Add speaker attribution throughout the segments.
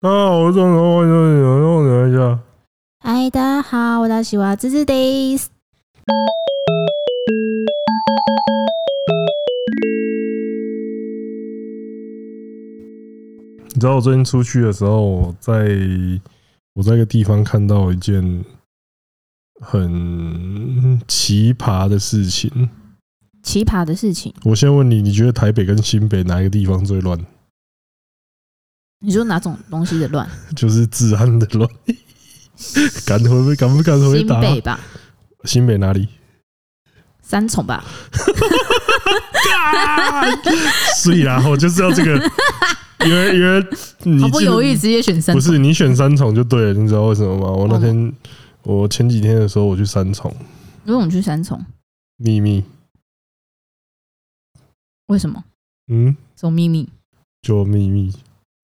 Speaker 1: 啊，我这种我我我一下。
Speaker 2: 嗨，大家好，我是喜娃芝芝 days。
Speaker 1: 你知道我最近出去的时候，我在我在一个地方看到一件很奇葩的事情。
Speaker 2: 奇葩的事情，
Speaker 1: 我先问你，你觉得台北跟新北哪一个地方最乱？
Speaker 2: 你说哪种东西的 乱？
Speaker 1: 就是治安的乱。 敢回不敢不敢回
Speaker 2: 新
Speaker 1: 答？
Speaker 2: 北吧，
Speaker 1: 新北哪里？
Speaker 2: 三重吧，
Speaker 1: 所以啦，我就是要这个，因为因为你
Speaker 2: 毫不
Speaker 1: 记得
Speaker 2: 犹豫直接选三
Speaker 1: 不
Speaker 2: 重。
Speaker 1: 是你选三重就对了，你知道为什么吗？我那
Speaker 2: 为什
Speaker 1: 天我前几天的时候我去三重
Speaker 2: 为什么去三重？
Speaker 1: 秘密，
Speaker 2: 为什么？
Speaker 1: 嗯，
Speaker 2: 什么秘密？
Speaker 1: 就秘密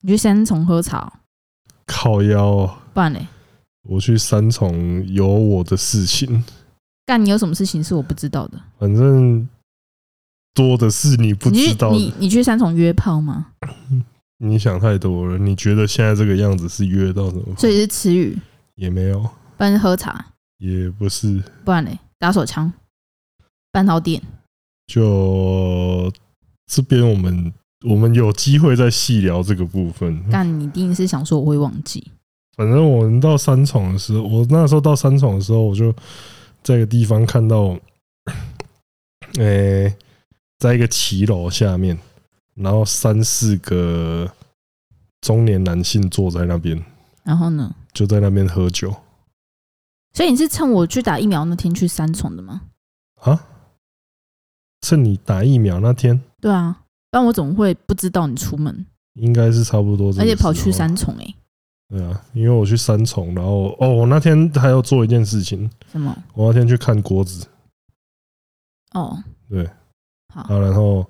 Speaker 2: 你去三重喝茶哦，
Speaker 1: 靠腰、哦，
Speaker 2: 不然嘞？
Speaker 1: 我去三重有我的事情，
Speaker 2: 干，你有什么事情是我不知道的？
Speaker 1: 反正多的是你不
Speaker 2: 你
Speaker 1: 知
Speaker 2: 去
Speaker 1: 道
Speaker 2: 你
Speaker 1: 的。
Speaker 2: 你去三重约炮吗？
Speaker 1: 你想太多了，你觉得现在这个样子是约到什么？
Speaker 2: 所以是词语，
Speaker 1: 也没有，
Speaker 2: 不然是喝茶，
Speaker 1: 也不是，
Speaker 2: 不然嘞？打手枪，半导店，
Speaker 1: 就这边我们我们有机会再细聊这个部分。
Speaker 2: 干，你一定是想说我会忘记。
Speaker 1: 反正我们到三重的时候，我那时候到三重的时候，我就在一个地方看到， 诶、在一个骑楼下面，然后三四个中年男性坐在那边，
Speaker 2: 然后呢？
Speaker 1: 就在那边喝酒
Speaker 2: 所以你是趁我去打疫苗那天去三重的吗？
Speaker 1: 啊。趁你打疫苗那天，
Speaker 2: 对啊，不然我怎么会不知道你出门，
Speaker 1: 应该是差不多这个
Speaker 2: 而且跑
Speaker 1: 时
Speaker 2: 去
Speaker 1: 候
Speaker 2: 三重哎、
Speaker 1: 对啊，因为我去三重，然后哦，我那天还要做一件事情，
Speaker 2: 什么？
Speaker 1: 我那天去看郭子，
Speaker 2: 哦，
Speaker 1: 对，
Speaker 2: 好，
Speaker 1: 啊，然后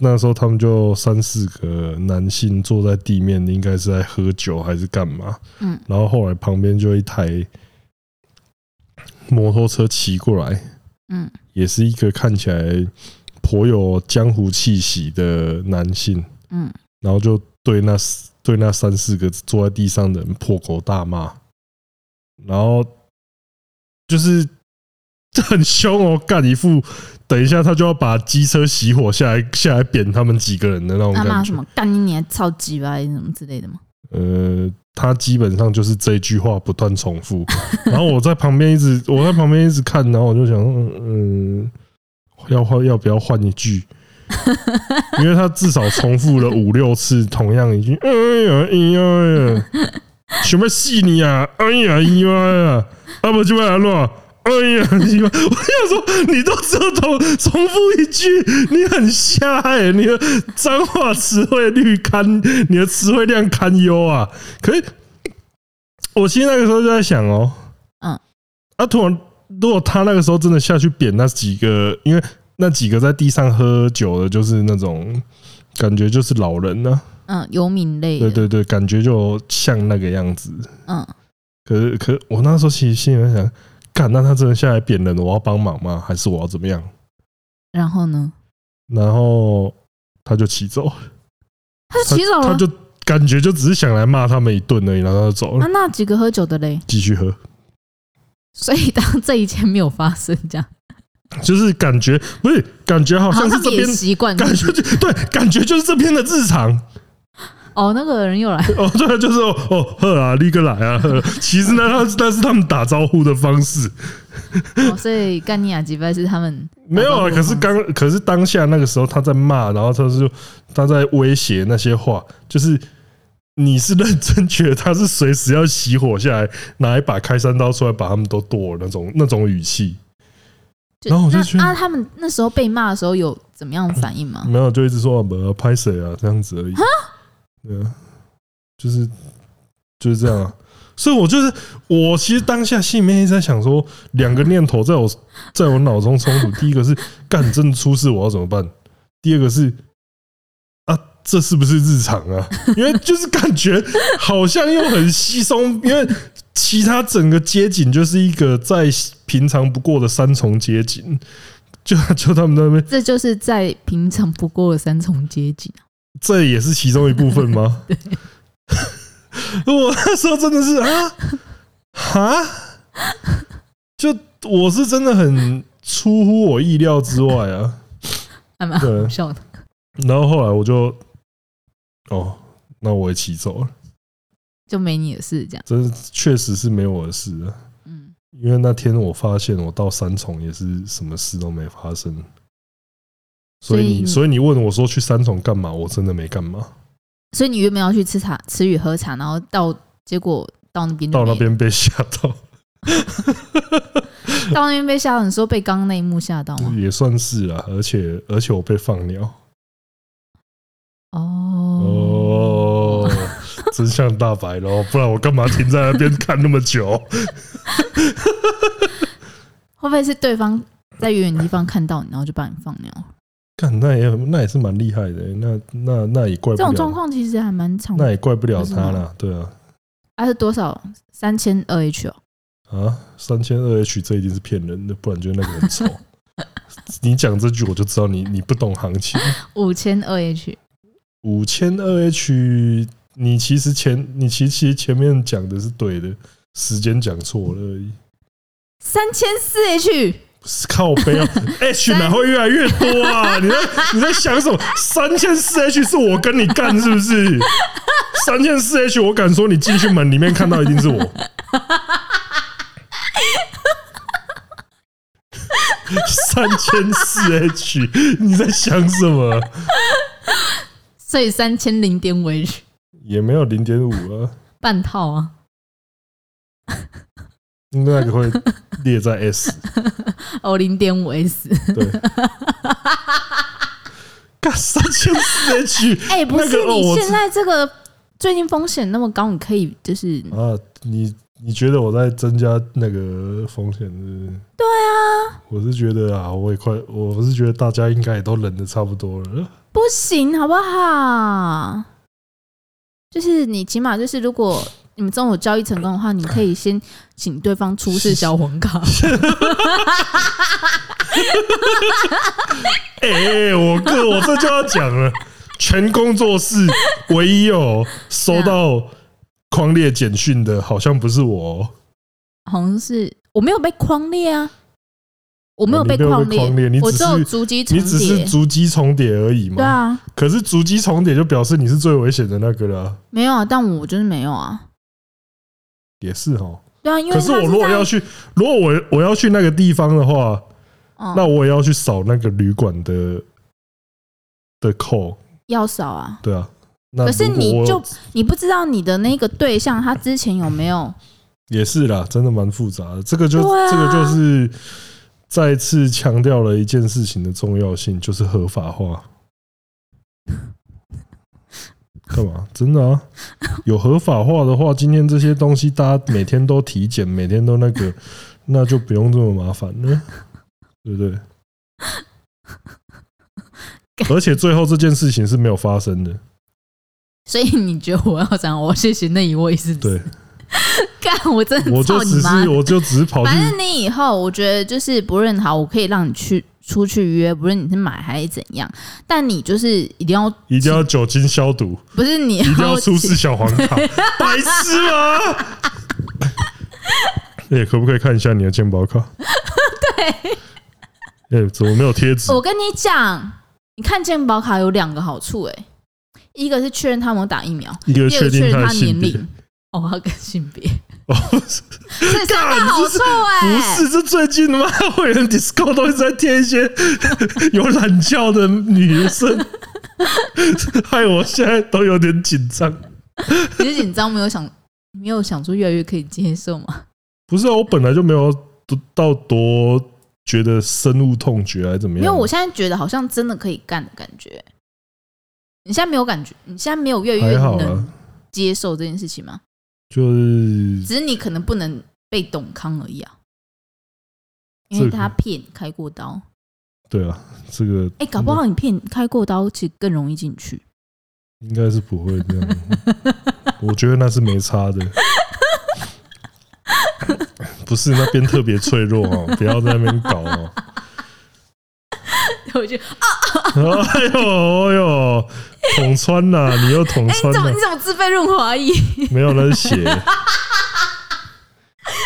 Speaker 1: 那时候他们就三四个男性坐在地面，应该是在喝酒还是干嘛？
Speaker 2: 嗯，
Speaker 1: 然后后来旁边就一台摩托车骑过来，
Speaker 2: 嗯，
Speaker 1: 也是一个看起来颇有江湖气息的男性，
Speaker 2: 嗯，
Speaker 1: 然后就对那四对那三四个坐在地上的人破口大骂，然后就是 这很凶哦，干一副等一下他就要把机车熄火下来下来扁他们几个人的那种
Speaker 2: 那骂
Speaker 1: 感
Speaker 2: 什
Speaker 1: 觉。
Speaker 2: 么干你娘操鸡巴什么之类的吗？
Speaker 1: 呃，他基本上就是这一句话不断重复，然后我在旁边一直我在旁边一直看，然后我就想，嗯，嗯要换要不要换一句？因为他至少重复了五六次同样一句，哎呀哎呀哎呀，什么戏你啊？哎呀哎呀呀，啊不就完了。哎呀！哎呀 我想说，你都只有重重复一句，你很瞎哎、你的脏话词汇率堪，你的词汇量堪忧啊！可是我其实那个时候就在想哦，
Speaker 2: 嗯，
Speaker 1: 啊，突然如果他那个时候真的下去扁那几个，因为那几个在地上喝酒的，就是那种感觉就是老人呢、
Speaker 2: 嗯，游民类的，
Speaker 1: 对对对，感觉就像那个样子。
Speaker 2: 嗯，
Speaker 1: 可是可是我那时候其实心里在想，干，那他真的下来扁人，我要帮忙吗？还是我要怎么样？
Speaker 2: 然后呢？
Speaker 1: 然后他就骑走了，
Speaker 2: 他就骑走
Speaker 1: 他
Speaker 2: 了。
Speaker 1: 就感觉就只是想来骂他们一顿而已，然后他就走
Speaker 2: 啊，
Speaker 1: 了，
Speaker 2: 那几个喝酒的嘞，
Speaker 1: 继续喝。
Speaker 2: 所以当这一切没有发生，这样哦
Speaker 1: 就是感觉不是感觉 好像
Speaker 2: 他
Speaker 1: 是这
Speaker 2: 们也
Speaker 1: 边
Speaker 2: 习惯
Speaker 1: 感
Speaker 2: 就是
Speaker 1: 觉就对，感觉就是这边的日常
Speaker 2: 哦，那个人又来，
Speaker 1: 哦，对，就是哦哦呵啊，立刻来啊， 呵其实呢，那那是他们打招呼的方式，
Speaker 2: 哦、所以干尼亚击败是 他们
Speaker 1: 没有
Speaker 2: 打招呼
Speaker 1: 啊。
Speaker 2: 的
Speaker 1: 可是刚可是当下那个时候他在骂，然后他就他在威胁那些话，就是你是认真觉得他是随时要熄火下来，拿一把开山刀出来把他们都剁了那种那种语气，然后我就
Speaker 2: 那
Speaker 1: 觉得
Speaker 2: 那他们那时候被骂的时候有怎么样的反应吗？
Speaker 1: 没有就一直说我们拍谁啊这样子而已，对啊，就是就是这样啊。所以我就是我，其实当下心里面一直在想说，两个念头在我在我脑中冲突。第一个是干真的出事我要怎么办？第二个是啊，这是不是日常啊？因为就是感觉好像又很稀松，因为其他整个街景就是一个再平常不过的三重街景，就就他们在那边
Speaker 2: 这就是在平常不过的三重街景啊，
Speaker 1: 这也是其中一部分 吗？我那时候真的是啊啊，就我是真的很出乎我意料之外啊。
Speaker 2: 还蛮
Speaker 1: 对
Speaker 2: 好笑的。
Speaker 1: 然后后来我就，哦，那我也骑走了，
Speaker 2: 就没你的事这样。
Speaker 1: 真是确实是没我的事啊。
Speaker 2: 嗯，
Speaker 1: 因为那天我发现我到三重也是什么事都没发生，所以你
Speaker 2: 所
Speaker 1: 所以你问我说去三重干嘛，我真的没干嘛，
Speaker 2: 所以你原本要去吃茶、吃与喝茶，然后到结果到那边就
Speaker 1: 到那
Speaker 2: 没
Speaker 1: 边被吓到
Speaker 2: 到那边被吓到，你说被刚刚那一幕吓到吗？
Speaker 1: 嗯也算是啦，而且而且我被放鸟
Speaker 2: 哦
Speaker 1: 嗯哦，真相大白咯，不然我干嘛停在那边看那么 久？
Speaker 2: 会不会是对方在远远地方看到你，然后就把你放鸟？
Speaker 1: 看那也那也是蛮厉害的、欸那那那也怪
Speaker 2: 这
Speaker 1: 不
Speaker 2: 种状
Speaker 1: 了，
Speaker 2: 况其嗯实还蛮常，
Speaker 1: 那也怪不了
Speaker 2: 不是
Speaker 1: 他
Speaker 2: 吗
Speaker 1: 啦，对啊
Speaker 2: 还、是多少三千二 H 哦，
Speaker 1: 啊，三千二 H 这一定是骗人的，不然就那个很 丑。你讲这句我就知道你你不懂行情。
Speaker 2: 五千二 H，
Speaker 1: 五千二 H，你其实前你其实前面讲的是对的，时间讲错了而已。
Speaker 2: 三千四 H，
Speaker 1: 是靠背啊，H 哪会越来越多啊？你在你在想什么？三千四 H 是我跟你干是不是？三千四 H，我敢说你进去门里面看到一定是我。三千四 H，你在想什么？
Speaker 2: 所以三千零点五 H
Speaker 1: 也没有零点五啊，
Speaker 2: 半套啊，
Speaker 1: 那个会列在 S。
Speaker 2: 哦零点五 S，
Speaker 1: 对， 干三千四 H
Speaker 2: 哎、不
Speaker 1: 那
Speaker 2: 是
Speaker 1: 个哦
Speaker 2: 你
Speaker 1: 我
Speaker 2: 现
Speaker 1: 知
Speaker 2: 在这个最近风险那么高，你可以就是
Speaker 1: 啊！你你觉得我在增加那个风险是不是？
Speaker 2: 对啊，
Speaker 1: 我是觉得啊，我也快，我是觉得大家应该也都忍的差不多了。
Speaker 2: 不行，好不好？就是你起码就是，如果你们中午交易成功的话，你可以先请对方出示小黄卡。
Speaker 1: 哎、欸，我哥，我这就要讲了，全工作室唯一有
Speaker 2: 啊
Speaker 1: 收到狂烈简讯的，好像不是我哦、
Speaker 2: 好像是我没有被框列啊，我没有被
Speaker 1: 啊你没有被
Speaker 2: 框列，
Speaker 1: 框列你
Speaker 2: 我
Speaker 1: 只
Speaker 2: 只
Speaker 1: 是
Speaker 2: 有足迹重
Speaker 1: 你只是
Speaker 2: 叠。
Speaker 1: 足迹重叠而已
Speaker 2: 对
Speaker 1: 嘛。
Speaker 2: 啊，
Speaker 1: 可是足迹重叠就表示你是最危险的那个了，
Speaker 2: 没有啊，但我就是没有啊。
Speaker 1: 也是哦。
Speaker 2: 对啊，因为
Speaker 1: 可是
Speaker 2: 他
Speaker 1: 我如果
Speaker 2: 在
Speaker 1: 要，去，如果我我要去那个地方的话，
Speaker 2: 嗯
Speaker 1: 那我也要去扫那个旅馆的的扣，
Speaker 2: 要少啊。
Speaker 1: 对啊。那
Speaker 2: 可是
Speaker 1: 如果
Speaker 2: 你
Speaker 1: 我
Speaker 2: 就你不知道你的那个对象他之前有没有
Speaker 1: 也是啦，真的蛮复杂的。这个就、
Speaker 2: 对啊
Speaker 1: 这个就是再次强调了一件事情的重要性，就是合法化。 干嘛？真的啊，有合法化的话，今天这些东西大家每天都体检，每天都那个， 那就不用这么麻烦了，对 不对？而且最后这件事情是没有发生的，
Speaker 2: 所以你觉得我要讲，我谢谢那一位是不是？
Speaker 1: 对
Speaker 2: 干，我真的
Speaker 1: 我
Speaker 2: 操
Speaker 1: 就
Speaker 2: 你
Speaker 1: 只
Speaker 2: 妈
Speaker 1: 是！哦我就只是跑去
Speaker 2: 反正你以后，我觉得就是不论好，我可以让你去出去约，不论你是买还是怎样，但你就是一定要，
Speaker 1: 一定要酒精消毒，
Speaker 2: 不是你
Speaker 1: 一定 要出示
Speaker 2: 请
Speaker 1: 小黄卡，白痴吗？ 哎、可不可以看一下你的健保 卡？对。哎、怎么没有贴纸？
Speaker 2: 我跟你讲，你看健保卡有两个好处、欸，一个是确认他有没有打疫苗，
Speaker 1: 一个
Speaker 2: 第二
Speaker 1: 确
Speaker 2: 个
Speaker 1: 定
Speaker 2: 确认
Speaker 1: 他
Speaker 2: 他
Speaker 1: 的性
Speaker 2: 年
Speaker 1: 别。
Speaker 2: 龄。哦，他跟性别，
Speaker 1: 哦，
Speaker 2: 这三
Speaker 1: 干
Speaker 2: 个好处
Speaker 1: 不
Speaker 2: 哎、
Speaker 1: 是，这最近他 妈会员 Disco 都一直在贴一些 有懒觉的女生，害我现在都有点紧张。
Speaker 2: 你是紧张没有想，没有想说越来越可以接受吗？
Speaker 1: 不是啊，我本来就没有到多觉得深恶痛绝还是怎么
Speaker 2: 因
Speaker 1: 样。
Speaker 2: 为我现在觉得好像真的可以干的感觉、你现在没有感觉，你现在没有越来越
Speaker 1: 还好
Speaker 2: 能
Speaker 1: 啊，
Speaker 2: 接受这件事情
Speaker 1: 嗯
Speaker 2: 吗？
Speaker 1: 就是
Speaker 2: 只是你可能不能被董康而已啊，因
Speaker 1: 这
Speaker 2: 为
Speaker 1: 个
Speaker 2: 他骗你开过刀。
Speaker 1: 对啊，这个
Speaker 2: 哎、搞不好你骗你开过刀，其实更容易进去。
Speaker 1: 应该是不会这样，我觉得那是没差的。 不是那边特别脆弱哦，不要在那边搞哦。
Speaker 2: 我就
Speaker 1: 哎呦哎呦，捅穿呐、你又捅
Speaker 2: 哎、
Speaker 1: 穿
Speaker 2: 你怎
Speaker 1: 了、
Speaker 2: 么你怎么自费润滑 液？
Speaker 1: 没有那是血。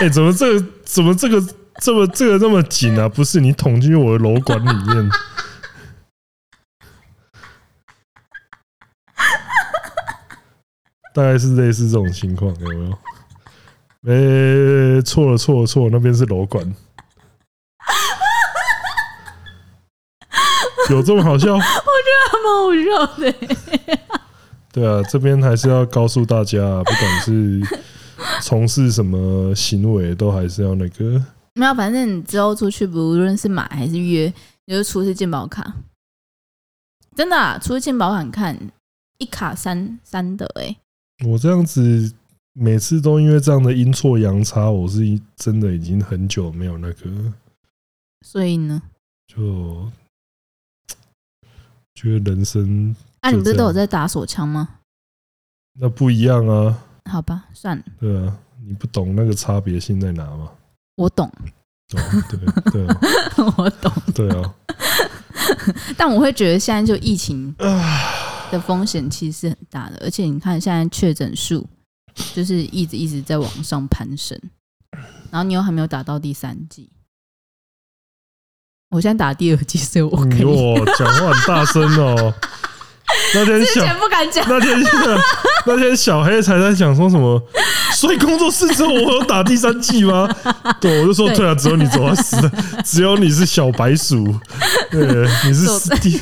Speaker 1: 哎、怎么这个怎么这个这么这个这么紧啊？不是你捅进去我的瘘管里面， 大概是类似这种情况，有没有？呃、错了错了错了，那边是瘘管，有这么好笑？
Speaker 2: 我觉得还蛮好笑的、
Speaker 1: 对啊，这边还是要告诉大家、啊，不管是从事什么行为，都还是要那个。
Speaker 2: 没有，反正你之后出去，不论是买还是约，你就出示健保卡。真的、啊，出示健保卡你看一卡三三的、欸，
Speaker 1: 我这样子每次都因为这样的阴错阳差，我是真的已经很久没有那个，
Speaker 2: 所以呢，
Speaker 1: 就觉得人生
Speaker 2: 啊，
Speaker 1: 就
Speaker 2: 你不是
Speaker 1: 这
Speaker 2: 都
Speaker 1: 样
Speaker 2: 有在打手枪吗？
Speaker 1: 那不一样啊，
Speaker 2: 好吧，算了，
Speaker 1: 对啊，你不懂那个差别性在哪嘛？
Speaker 2: 我 懂，
Speaker 1: 哦，对对啊，
Speaker 2: 我懂，
Speaker 1: 对啊，
Speaker 2: 但我会觉得现在就疫情
Speaker 1: 哎
Speaker 2: 的风险其实是很大的，而且你看现在确诊数就是一直一直在往上攀升，然后你又还没有打到第三季，我现在打第二季，所以我可
Speaker 1: 你
Speaker 2: 以。
Speaker 1: 嗯我讲话很大声哦。那天
Speaker 2: 之
Speaker 1: 想
Speaker 2: 前不 敢讲，
Speaker 1: 那天那天小黑才在讲说什么，所以工作室只有我有打第三季吗？对，我就说
Speaker 2: 对
Speaker 1: 对啊，只有你走到死的，只有你是小白鼠，对，你是
Speaker 2: 走
Speaker 1: 第，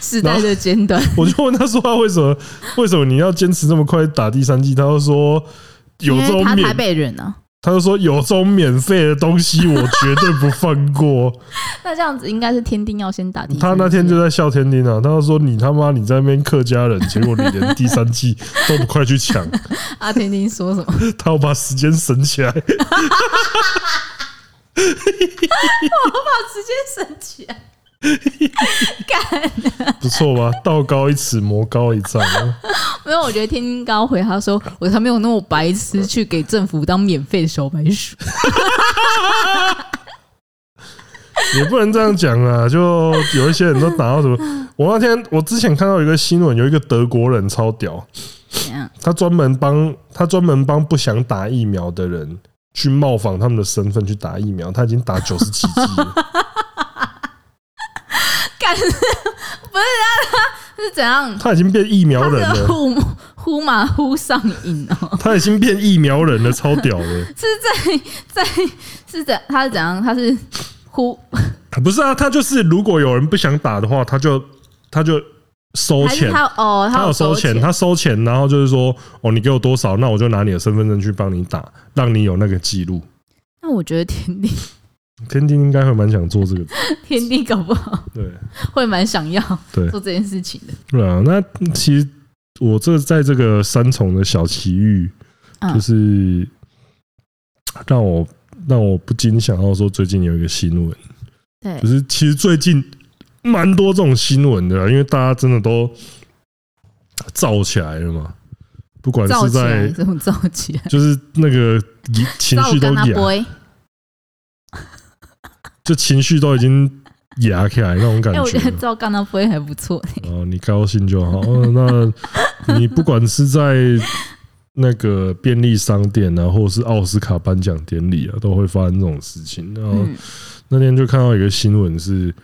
Speaker 2: 时代的尖端，
Speaker 1: 我就问他说啊他为什么为什么你要坚持这么快打第三季？他就说有这
Speaker 2: 因为
Speaker 1: 种
Speaker 2: 他台
Speaker 1: 免，
Speaker 2: 北人啊，
Speaker 1: 他就说有这种免费的东西，我绝对不放过。
Speaker 2: 那这样子应 该是天定要先打第三季。
Speaker 1: 他那 天就在笑天丁啊，他就说你他妈你在那边客家人，结果你连第三季都不快去抢。
Speaker 2: 阿啊天丁说什么？
Speaker 1: 他要把时间省起来，
Speaker 2: 直接生气啊！
Speaker 1: 不错吧？道高一尺，魔高一丈啊。
Speaker 2: 没有，我觉得天丁刚回他说，我才没有那么白痴去给政府当免费的小白鼠。
Speaker 1: 也不能这样讲啊！就有一些人都打到什么，我那天我之前看到一个新闻，有一个德国人超屌，
Speaker 2: 怎样？
Speaker 1: 他专门帮他专门帮不想打疫苗的人去冒仿他们的身份去打疫苗，他已经打九十七剂了，
Speaker 2: 干不是啊，他是怎样？
Speaker 1: 他已经变疫苗
Speaker 2: 他
Speaker 1: 人啊
Speaker 2: 是
Speaker 1: 了，
Speaker 2: 呼呼马呼上瘾哦，
Speaker 1: 他已经变疫苗人了，超屌的。
Speaker 2: 是在在是怎他是怎样？他是呼
Speaker 1: 不是啊，他就是如果有人不想打的话，他就他就收
Speaker 2: 还是
Speaker 1: 钱，
Speaker 2: 他哦？
Speaker 1: 他有收钱，
Speaker 2: 钱，
Speaker 1: 他收钱，然后就是说，哦，你给我多少，那我就拿你的身份证去帮你打，让你有那个记录。
Speaker 2: 那我觉得天丁
Speaker 1: 天丁应该会蛮想做这个的，
Speaker 2: 天丁搞不好
Speaker 1: 对
Speaker 2: 会蛮想要
Speaker 1: 对
Speaker 2: 做这件事情的。
Speaker 1: 对啊。那其实我这在这个三重的小奇遇，
Speaker 2: 嗯
Speaker 1: 就是让我让我不禁想到说，最近有一个新闻，
Speaker 2: 对
Speaker 1: 可，是其实最近蛮多这种新闻的啦，啊因为大家真的都燥起来了嘛，不管
Speaker 2: 造
Speaker 1: 是
Speaker 2: 起来
Speaker 1: 在
Speaker 2: 这种造起来，
Speaker 1: 就是那 个一情
Speaker 2: 造
Speaker 1: 绪都
Speaker 2: 跟他
Speaker 1: 演。
Speaker 2: 不会。
Speaker 1: 就情绪都已经压起来那种感
Speaker 2: 哎，我
Speaker 1: 觉
Speaker 2: 觉得
Speaker 1: 了。
Speaker 2: 照干到不会还不错。
Speaker 1: 哦，你高兴就好。哦那你不管是在那个便利商店啊，或是奥斯卡颁奖典礼啊，都会发生这种事情。然后
Speaker 2: 嗯，
Speaker 1: 那天就看到一个新闻是，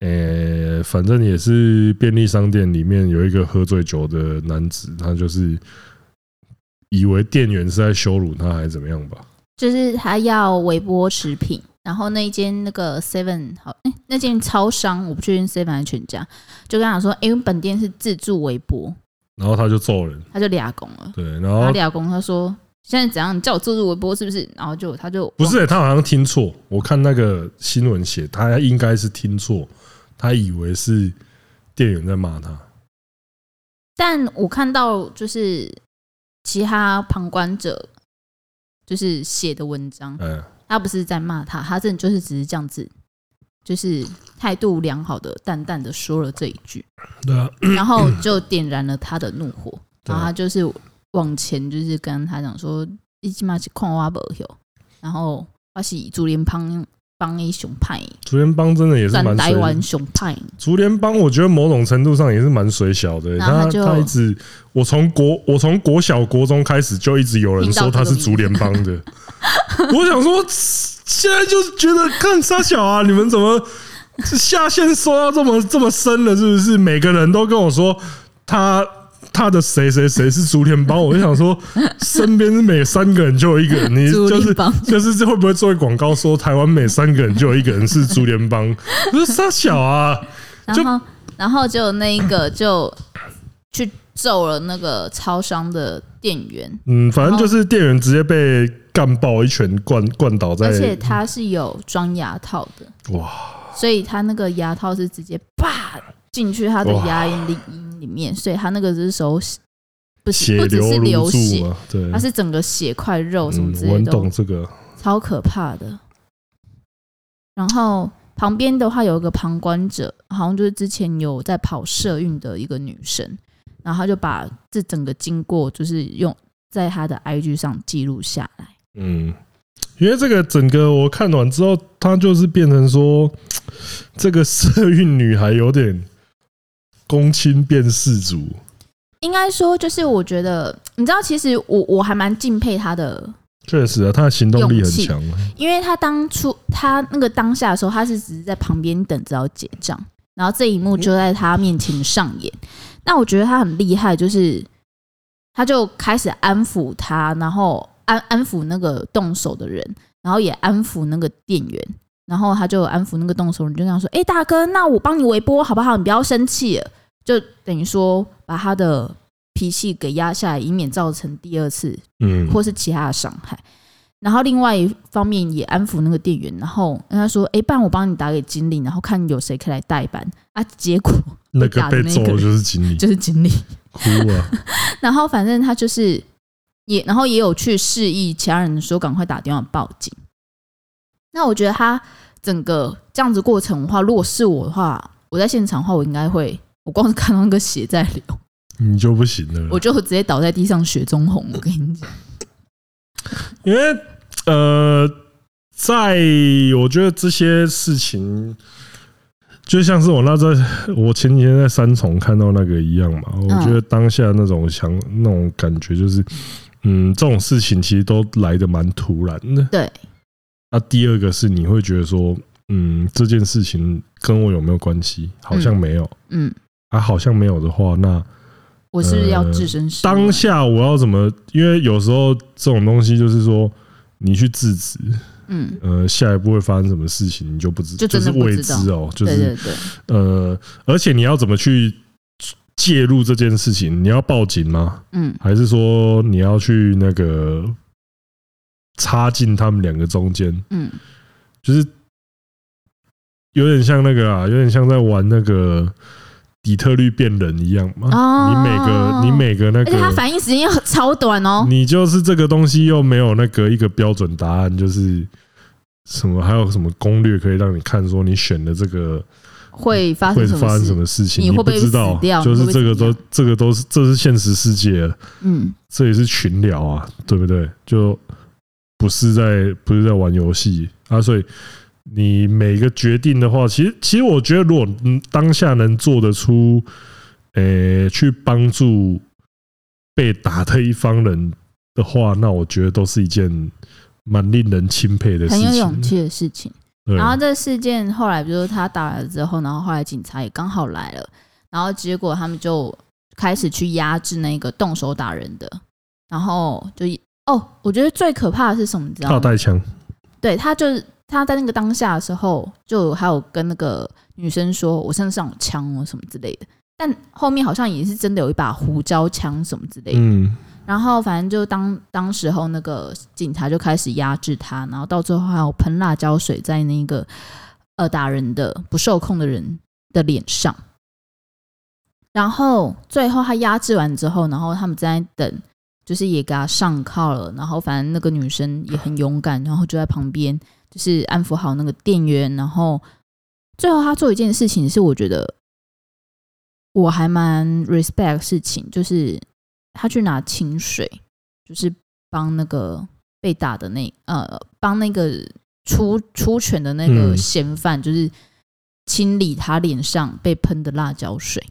Speaker 1: 呃，反正也是便利商店里面有一个喝醉酒的男子，他就是以为店员是在羞辱他，还是怎么样吧？
Speaker 2: 就是他要微波食品，然后那一间那个 Seven 好，哎、那间超商我不确定 Seven 还是全家，就跟他讲说，哎、因为本店是自助微波，
Speaker 1: 然后他就揍人，
Speaker 2: 他就俩工了，
Speaker 1: 对，然
Speaker 2: 然后
Speaker 1: 后
Speaker 2: 俩工他说现在怎样，你叫我自助微波是不是？然后就他就
Speaker 1: 不是、他好像听错。我看那个新闻写，他应该是听错，他以为是店员在骂他。
Speaker 2: 但我看到就是其他旁观者就是写的文章，
Speaker 1: 嗯，
Speaker 2: 他不是在骂他，他真的就是只是这样子，就是态度良好的淡淡的说了这一句。
Speaker 1: 对啊，
Speaker 2: 然后就点燃了他的怒火，
Speaker 1: 对
Speaker 2: 然后他就是往前，就是跟他讲说：“你起码是看我不有，然后我是主莲旁帮一熊派，
Speaker 1: 竹联帮真的也是
Speaker 2: 转
Speaker 1: 蛮
Speaker 2: 台
Speaker 1: 水
Speaker 2: 湾。熊派，
Speaker 1: 竹联帮我觉得某种程度上也是蛮水小的、
Speaker 2: 然后
Speaker 1: 他
Speaker 2: 他就
Speaker 1: 他一直，我从国我从国小国中开始就一直有人说他是竹联帮的， 我想说现在就是觉得看沙小啊，你们怎么下线说到这么这么深了？是不是每个人都跟我说他？他的谁谁谁是竹联帮，我就想说，身边是每三个人就有一个人，你
Speaker 2: 竹
Speaker 1: 就
Speaker 2: 联
Speaker 1: 是
Speaker 2: 帮
Speaker 1: 就是这会不会做广告说台湾每三个人就有一个人是竹联帮？我说傻小啊，
Speaker 2: 然
Speaker 1: 就
Speaker 2: 后然后就那一个就去揍了那个超商的店员，
Speaker 1: 嗯，反正就是店员直接被干爆一拳灌灌倒在
Speaker 2: 而，且他是有装牙套的，
Speaker 1: 哇，
Speaker 2: 所以他那个牙套是直接啪进去他的
Speaker 1: 哇
Speaker 2: 牙龈里龈里面，所以他那个只是手不是
Speaker 1: 血
Speaker 2: 不只
Speaker 1: 流
Speaker 2: 是流
Speaker 1: 如注
Speaker 2: 血，
Speaker 1: 嘛，对，
Speaker 2: 它是整个血块肉什么
Speaker 1: 嗯
Speaker 2: 之，
Speaker 1: 我
Speaker 2: 类
Speaker 1: 很
Speaker 2: 的哦都
Speaker 1: 懂这个，
Speaker 2: 超可怕的。然后旁边的话有一个旁观者，好像就是之前有在跑社运的一个女生，然后她就把这整个经过就是用在她的 IG 上记录下来。
Speaker 1: 嗯，因为这个整个我看完之后，他就是变成说，这个社运女孩有点公亲变世主，
Speaker 2: 应该说，就是我觉得，你知道，其实我我还蛮敬佩她的，
Speaker 1: 确实啊，她的行动力
Speaker 2: 勇
Speaker 1: 很
Speaker 2: 气
Speaker 1: 强，啊
Speaker 2: 因为她当初她那个当下的时候，她是只是在旁边等着要结账，然后这一幕就在她面前上演。那我觉得她很厉害，就是她就开始安抚她，然后安安抚那个动手的人，然后也安抚那个店员，然后她就安抚那个动手人，就这样说：“哎、大哥，那我帮你微波好不好？你不要生气了。”就等于说把她的脾气给压下来，以免造成第二次
Speaker 1: 嗯，
Speaker 2: 或是其他的伤害。然后另外一方面也安抚那个店员，然后跟他说：“哎，不然我帮你打给经理，然后看有谁可以来代班啊。”结果
Speaker 1: 那个被揍的就是经理，
Speaker 2: 就是经理。
Speaker 1: 哭啊，
Speaker 2: 然后反正他就是也，然后也有去示意其他人说赶快打电话报警。那我觉得他整个这样子过程的话，如果是我的话，我在现场的话，我应该会，我光是看到那个血在流，
Speaker 1: 你就不行了
Speaker 2: 我。就直接倒在地上血中红。我跟你讲，
Speaker 1: 因为呃，在我觉得这些事情，就像是我那在我前几天在三重看到那个一样嘛，我觉得当下那种想那种感觉就是，嗯，这种事情其实都来的蛮突然的。
Speaker 2: 对。
Speaker 1: 那、第二个是你会觉得说，嗯，这件事情跟我有没有关系？好像
Speaker 2: 嗯
Speaker 1: 没有、
Speaker 2: 嗯，
Speaker 1: 啊，好像没有的话，那
Speaker 2: 我是不是要
Speaker 1: 呃
Speaker 2: 置身事外？
Speaker 1: 当下我要怎么？因为有时候这种东西就是说，你去制止，
Speaker 2: 嗯，
Speaker 1: 呃，下一步会发生什么事情你就不知，
Speaker 2: 就真
Speaker 1: 是
Speaker 2: 的不
Speaker 1: 未
Speaker 2: 知道
Speaker 1: 知哦，就
Speaker 2: 对
Speaker 1: 是
Speaker 2: 对对，
Speaker 1: 呃，而且你要怎么去介入这件事情？你要报警吗？
Speaker 2: 嗯
Speaker 1: 还是说你要去那个插进他们两个中间？
Speaker 2: 嗯，
Speaker 1: 就是有点像那个啊，有点像在玩那个底特律变人一样嘛。
Speaker 2: 哦
Speaker 1: 你每个你每个那嗯
Speaker 2: 而且他
Speaker 1: 个。
Speaker 2: 反应时间又超短哦，
Speaker 1: 你就是这个东西又没有那个一个标准答案，就是什么还有什么攻略可以让你看说你选的这个
Speaker 2: 会发
Speaker 1: 会
Speaker 2: 生啊什
Speaker 1: 发
Speaker 2: 么
Speaker 1: 生
Speaker 2: 事
Speaker 1: 什？么事情，
Speaker 2: 你会
Speaker 1: 不
Speaker 2: 不会
Speaker 1: 知道啊
Speaker 2: 死掉，
Speaker 1: 就
Speaker 2: 你
Speaker 1: 是
Speaker 2: 会不
Speaker 1: 这
Speaker 2: 会
Speaker 1: 个
Speaker 2: 怎么
Speaker 1: 都
Speaker 2: 样
Speaker 1: 这个都是这是现实世界，
Speaker 2: 嗯，
Speaker 1: 这也是群聊啊，对不对？就不是在不是在玩游戏啊，所以。你每个决定的话，其实其实我觉得，如果嗯当下能做得出，呃、去帮助被打的一方人的话，那我觉得都是一件蛮令人钦佩的事
Speaker 2: 很
Speaker 1: 情。
Speaker 2: 有勇气的事情。
Speaker 1: 对，
Speaker 2: 然后这事件后来就是他打了之后，然后后来警察也刚好来了，然后结果他们就开始去压制那个动手打人的，然后就哦，我觉得最可怕的是什么？你知
Speaker 1: 套
Speaker 2: 道吗？
Speaker 1: 带枪，
Speaker 2: 对他就是他在那个当下的时候，就还有跟那个女生说我身上有枪哦什么之类的，但后面好像也是真的有一把胡椒枪什么之类的。
Speaker 1: 嗯，
Speaker 2: 然后反正就当当时候那个警察就开始压制他，然后到最后还有喷辣椒水在那个呃打人的不受控的人的脸上。然后最后他压制完之后，然后他们在等，就是也给他上铐了。然后反正那个女生也很勇敢，然后就在旁边就是安抚好那个店员。然后最后他做一件事情是，我觉得我还蛮 respect 的事情，就是他去拿清水，就是帮那个被打的那呃帮那个出出拳的那个
Speaker 1: 嗯
Speaker 2: 嫌犯，就是清理他脸上被喷的辣椒水。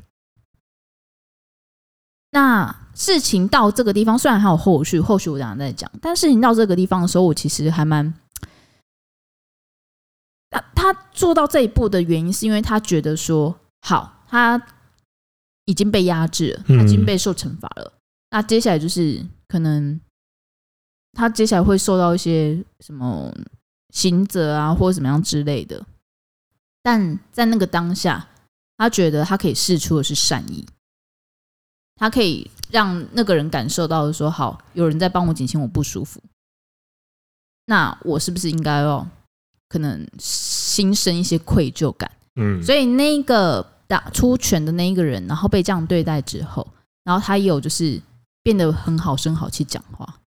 Speaker 2: 那事情到这个地方，虽然还有后续，后续我等一下再讲。但事情到这个地方的时候，我其实还蛮……他他做到这一步的原因，是因为他觉得说，好，他已经被压制了，
Speaker 1: 嗯
Speaker 2: 他已经被受惩罚了。那接下来就是可能他接下来会受到一些什么刑责啊，或者怎么样之类的。但在那个当下，他觉得他可以试出的是善意，他可以让那个人感受到说，好，有人在帮我减轻我不舒服，那我是不是应该要可能心生一些愧疚感？
Speaker 1: 嗯，
Speaker 2: 所以那个打出拳的那一个人，然后被这样对待之后，然后他也有就是变得很好声好气讲话，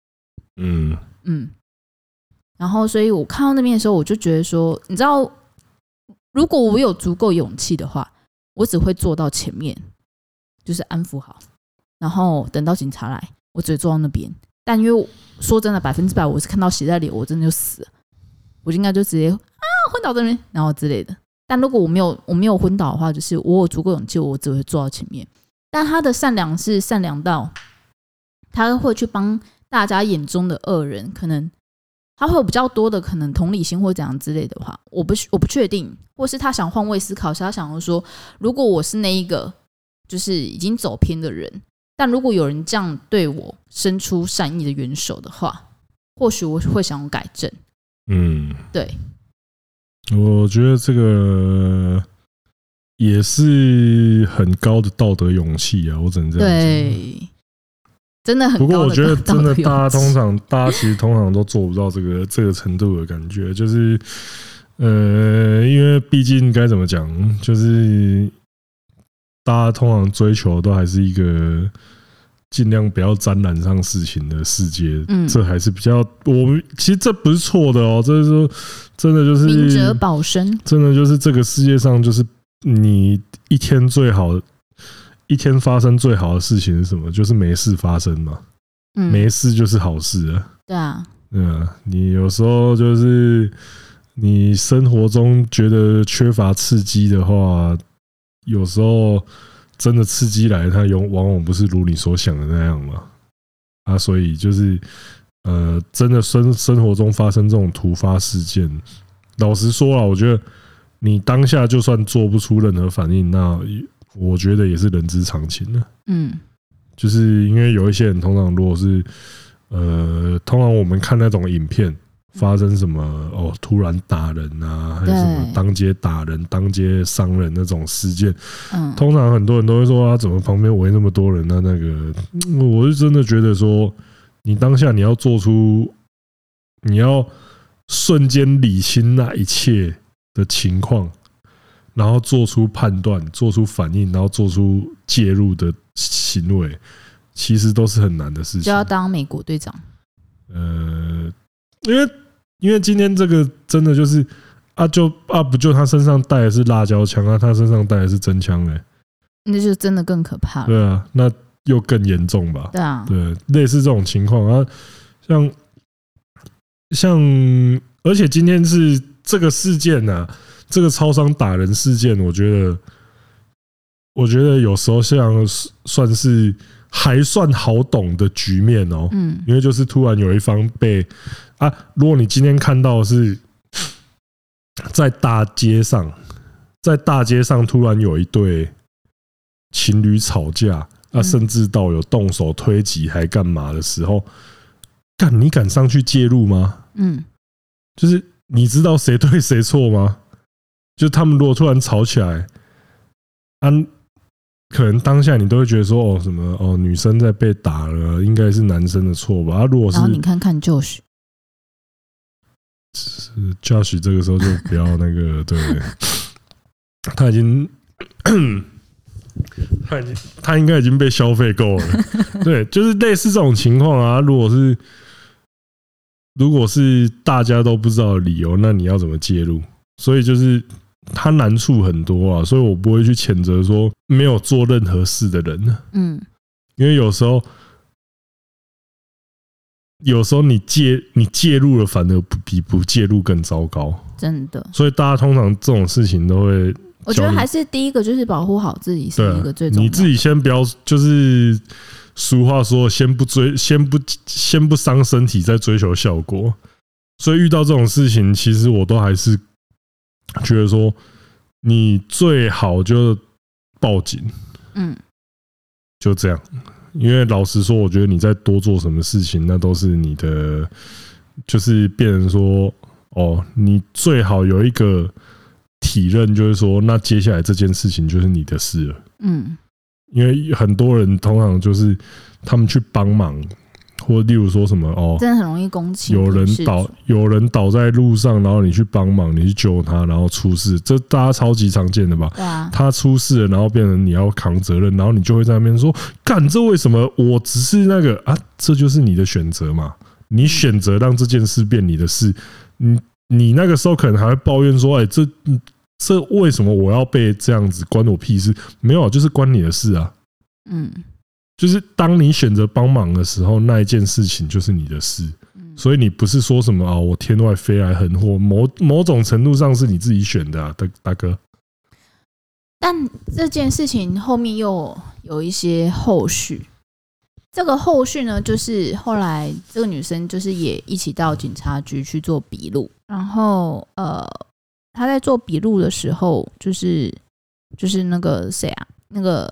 Speaker 1: 嗯，
Speaker 2: 嗯，然后所以我看到那边的时候，我就觉得说，你知道，如果我有足够勇气的话，我只会做到前面，就是安抚好，然后等到警察来，我只会坐到那边。但因为我说真的，百分之百我是看到血在脸，我真的就死了，我就应该就直接啊昏倒这边，然后之类的。但如果我没有我没有昏倒的话，就是我有足够勇气，我只会坐到前面。但他的善良是善良到他会去帮大家眼中的恶人，可能他会有比较多的可能同理心或怎样之类的话，我不我不确定，或是他想换位思考，是他想要说，如果我是那一个就是已经走偏的人，但如果有人这样对我伸出善意的援手的话，或许我会想要改正。
Speaker 1: 嗯，
Speaker 2: 对，
Speaker 1: 我觉得这个也是很高的道德勇气啊，我只能这样讲。
Speaker 2: 对，真的很
Speaker 1: 不
Speaker 2: 高的
Speaker 1: 过我觉得
Speaker 2: 道
Speaker 1: 真的，
Speaker 2: 道
Speaker 1: 大
Speaker 2: 德
Speaker 1: 家
Speaker 2: 勇气
Speaker 1: 通常，大家其实通常都做不到这个这个程度的感觉，就是，呃，因为毕竟该怎么讲，就是大家通常追求都还是一个尽量不要沾染上事情的世界，
Speaker 2: 嗯
Speaker 1: 这还是比较，我们其实这不是错的哦，这是说真的就是
Speaker 2: 明哲保身，
Speaker 1: 真的就是这个世界上，就是你一天最好一天发生最好的事情是什么？就是没事发生嘛，
Speaker 2: 嗯，
Speaker 1: 没事就是好事啊。
Speaker 2: 对啊，
Speaker 1: 嗯，你有时候就是你生活中觉得缺乏刺激的话，有时候真的刺激来，它永往往不是如你所想的那样嘛。啊，所以就是呃，真的生生活中发生这种突发事件，老实说啊，我觉得你当下就算做不出任何反应，那我觉得也是人之常情的、
Speaker 2: 嗯
Speaker 1: 就是因为有一些人通常如果是呃，通常我们看那种影片，发生什么哦，突然打人啊，还有
Speaker 2: 对
Speaker 1: 什么当街打人、当街伤人那种事件，
Speaker 2: 嗯，
Speaker 1: 通常很多人都会说啊，怎么旁边围那么多人？那啊那个，嗯我是真的觉得说，你当下你要做出，你要瞬间理清那一切的情况，然后做出判断、做出反应，然后做出介入的行为，其实都是很难的事
Speaker 2: 就
Speaker 1: 情。
Speaker 2: 要当美国队长，
Speaker 1: 呃，因为因为今天这个真的就是啊就，啊不就他身上带的是辣椒枪啊，他身上带的是真枪哎、
Speaker 2: 啊那就真的更可怕了。
Speaker 1: 对啊，那又更严重吧？
Speaker 2: 对啊，
Speaker 1: 对，类似这种情况啊，像像，而且今天是这个事件呢、啊，这个超商打人事件，我觉得，我觉得有时候像是算是还算好懂的局面哦、
Speaker 2: 嗯
Speaker 1: 因为就是突然有一方被啊，如果你今天看到的是在大街上，在大街上突然有一对情侣吵架，啊，
Speaker 2: 嗯
Speaker 1: 甚至到有动手推挤还干嘛的时候，干你敢上去介入吗？
Speaker 2: 嗯，
Speaker 1: 就是你知道谁对谁错吗？就他们如果突然吵起来，啊，可能当下你都会觉得说，哦，什么哦，女生在被打了，应该是男生的错吧？啊，如果是
Speaker 2: 然后你看看 Josh，
Speaker 1: 呃 Josh 这个时候就不要那个，对，他已经， 他已经，他应该已经被消费够了。对，就是类似这种情况啊。如果是如果是大家都不知道的理由，那你要怎么介入？所以就是他难处很多啊，所以我不会去谴责说没有做任何事的人呢。
Speaker 2: 嗯
Speaker 1: 因为有时候有时候你介你介入了，反而不比不介入更糟糕。
Speaker 2: 真的，
Speaker 1: 所以大家通常这种事情都会
Speaker 2: 我觉得还是第一个就是保护好自己是
Speaker 1: 对
Speaker 2: 一
Speaker 1: 啊
Speaker 2: 个最，重要
Speaker 1: 你
Speaker 2: 的。
Speaker 1: 自己先不要，就是俗话说，先不追，先不先不伤身体，再追求效果。所以遇到这种事情，其实我都还是觉得说，你最好就报警，
Speaker 2: 嗯，
Speaker 1: 就这样。因为老实说，我觉得你再多做什么事情，那都是你的，就是变成说，哦，你最好有一个体认，就是说，那接下来这件事情就是你的事了。
Speaker 2: 嗯，
Speaker 1: 因为很多人通常就是他们去帮忙，或例如说什么哦，
Speaker 2: 真的很容易攻击
Speaker 1: 有人
Speaker 2: 事主
Speaker 1: 倒，有人倒在路上，然后你去帮忙，你去救他，然后出事，这大家超级常见的吧？
Speaker 2: 对啊，
Speaker 1: 他出事了，然后变成你要扛责任，然后你就会在那边说：“干，这为什么？我只是那个啊，这就是你的选择嘛，你选择让这件事变你的事。你你那个时候可能还会抱怨说：‘哎，这这为什么我要被这样子？关我屁事？’没有，就是关你的事啊。
Speaker 2: 嗯
Speaker 1: 就是当你选择帮忙的时候，那一件事情就是你的事，
Speaker 2: 嗯，
Speaker 1: 所以你不是说什么啊，我天外飞来横祸，某某种程度上是你自己选的、啊，大大哥。
Speaker 2: 但这件事情后面又有一些后续。这个后续呢，就是后来这个女生就是也一起到警察局去做笔录，然后呃，她在做笔录的时候，就是就是那个谁啊，那个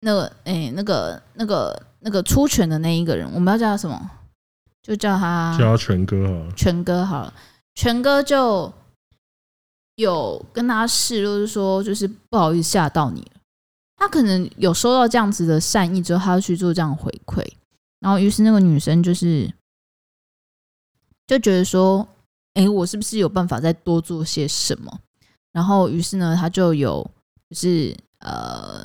Speaker 2: 那个诶，那个那个那个出拳的那一个人，我们要叫他什么？就叫他
Speaker 1: 叫他全哥好了，
Speaker 2: 全哥好了，全哥就有跟他示弱，就是说就是不好意思吓到你了。他可能有收到这样子的善意之后，他要去做这样的回馈，然后于是那个女生就是就觉得说，诶，我是不是有办法再多做些什么？然后于是呢，他就有就是呃，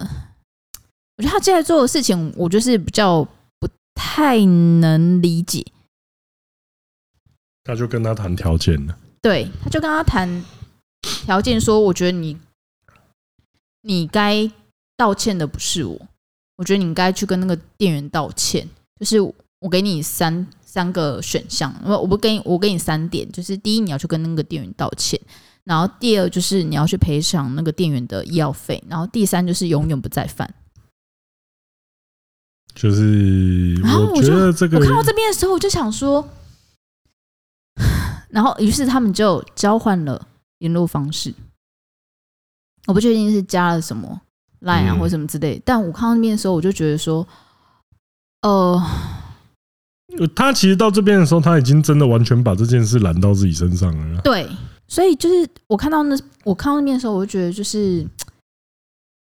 Speaker 2: 我觉得他现在做的事情，我就是比较不太能理解，
Speaker 1: 他就跟他谈条件了。
Speaker 2: 对，他就跟他谈条件说，我觉得你你该道歉的不是我，我觉得你该去跟那个店员道歉。就是我给你三三个选项，我我不给你，我给你三点，就是第一你要去跟那个店员道歉，然后第二就是你要去赔偿那个店员的医药费，然后第三就是永远不再犯。
Speaker 1: 就是
Speaker 2: 然后
Speaker 1: 我
Speaker 2: 啊我
Speaker 1: 觉
Speaker 2: 就
Speaker 1: 得这个
Speaker 2: 我看到这边的时候，我就想说， 然后于是他们就交换了联络方式。我不确定是加了什么 Line 啊，
Speaker 1: 嗯
Speaker 2: 或什么之类，但我看到那边的时候，我就觉得说，呃，
Speaker 1: 他其实到这边的时候，他已经真的完全把这件事揽到自己身上了啦。
Speaker 2: 对，所以就是我看到那我看到那边的时候，我就觉得就是，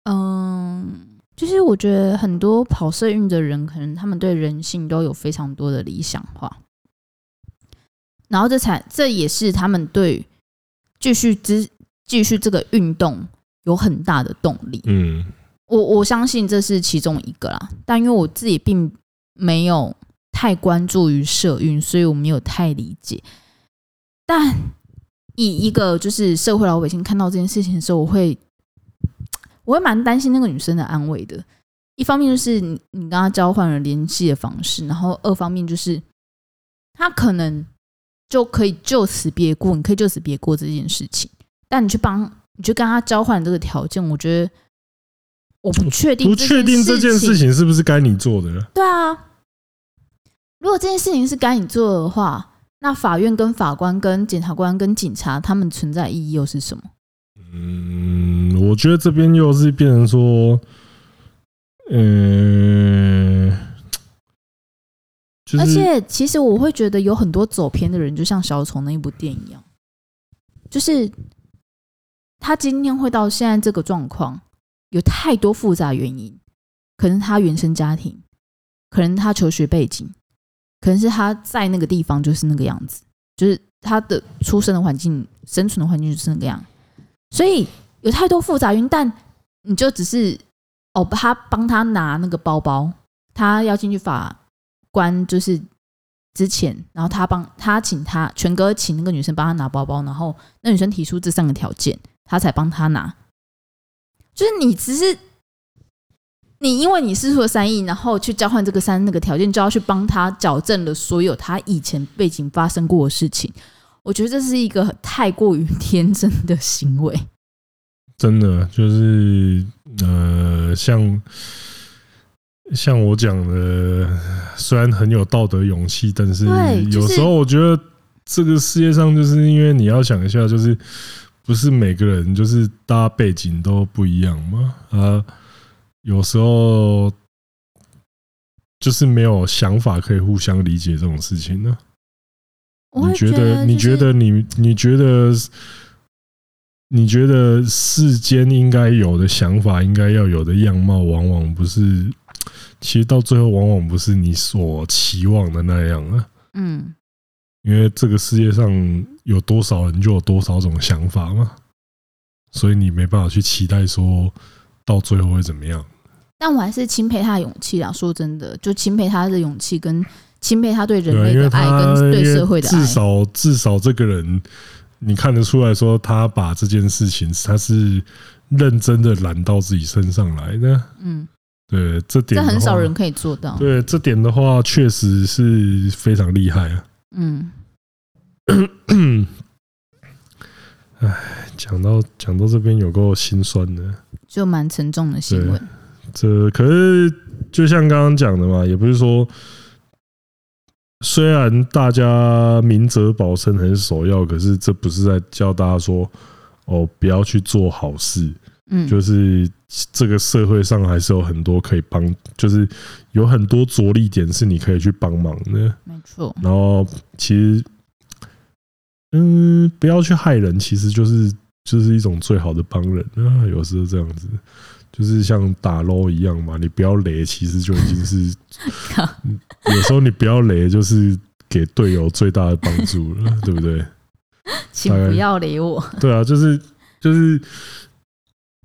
Speaker 2: 嗯，就是我觉得很多跑社运的人，可能他们对人性都有非常多的理想化，然后这才这也是他们对继续之继续这个运动有很大的动力。
Speaker 1: 嗯，
Speaker 2: 我我相信这是其中一个啦，但因为我自己并没有太关注于社运，所以我没有太理解。但以一个就是社会老百姓看到这件事情的时候，我会我会蛮担心那个女生的安危的。一方面就是你你跟她交换了联系的方式，然后二方面就是她可能就可以就此别过，你可以就此别过这件事情。但你去帮你去跟她交换这个条件，我觉得我不确定
Speaker 1: 不确定这件事情是不是该你做的。
Speaker 2: 对啊，如果这件事情是该你做的话，那法院、跟法官、跟检察官、跟警察，他们存在意义又是什么？
Speaker 1: 嗯，我觉得这边又是变成说，嗯、就是
Speaker 2: 而且，其实我会觉得有很多走偏的人，就像小丑那一部电影一样，就是他今天会到现在这个状况，有太多复杂原因，可能他原生家庭，可能他求学背景，可能是他在那个地方就是那个样子，就是他的出生的环境、生存的环境就是那个样，所以有太多复杂原因，但你就只是哦，他帮他拿那个包包，他要进去法关就是之前，然后他帮他请他全哥请那个女生帮他拿包包，然后那女生提出这三个条件，他才帮他拿。就是你只是你因为你试出了三亿，然后去交换这个三那个条件，就要去帮他矫正了所有他以前背景发生过的事情。我觉得这是一个太过于天真的行为。
Speaker 1: 真的就是呃，像像我讲的，虽然很有道德勇气，但是
Speaker 2: 对就是
Speaker 1: 有时候我觉得这个世界上，就是因为你要想一下，就是不是每个人就是大家背景都不一样嘛，啊，有时候就是没有想法可以互相理解这种事情呢、
Speaker 2: 我会
Speaker 1: 你觉
Speaker 2: 得、
Speaker 1: 得？你觉？得你？你觉得？你觉得世间应该有的想法，应该要有的样貌，往往不是。其实到最后，往往不是你所期望的那样啊。
Speaker 2: 嗯，
Speaker 1: 因为这个世界上有多少人，就有多少种想法嘛，所以你没办法去期待说到最后会怎么样。
Speaker 2: 但我还是钦佩他的勇气啦。说真的，就钦佩他的勇气，跟钦佩他对人
Speaker 1: 对啊，
Speaker 2: 类
Speaker 1: 因为
Speaker 2: 的爱，
Speaker 1: 他
Speaker 2: 跟对
Speaker 1: 因为
Speaker 2: 社会的
Speaker 1: 至
Speaker 2: 爱。
Speaker 1: 少至少这个人，你看得出来说他把这件事情他是认真的揽到自己身上来的。
Speaker 2: 嗯，
Speaker 1: 对这点
Speaker 2: 这
Speaker 1: 的话，
Speaker 2: 很少人可以做到。
Speaker 1: 对这点的话，确实是非常厉害 啊。
Speaker 2: 嗯，
Speaker 1: 讲到讲到这边有够心酸的，
Speaker 2: 就蛮沉重的行为。
Speaker 1: 这可是就像刚刚讲的嘛，也不是说，虽然大家明哲保身很首要，可是这不是在教大家说哦，不要去做好事，
Speaker 2: 嗯，
Speaker 1: 就是这个社会上还是有很多可以帮，就是有很多着力点是你可以去帮忙的。
Speaker 2: 没错。
Speaker 1: 然后其实，嗯，不要去害人，其实就是就是一种最好的帮人啊。有时候这样子，就是像打 l 一样嘛，你不要雷，其实就已经是
Speaker 2: 靠
Speaker 1: 有时候你不要雷，就是给队友最大的帮助了，对不对？
Speaker 2: 请不要理我。
Speaker 1: 对啊，就是就是。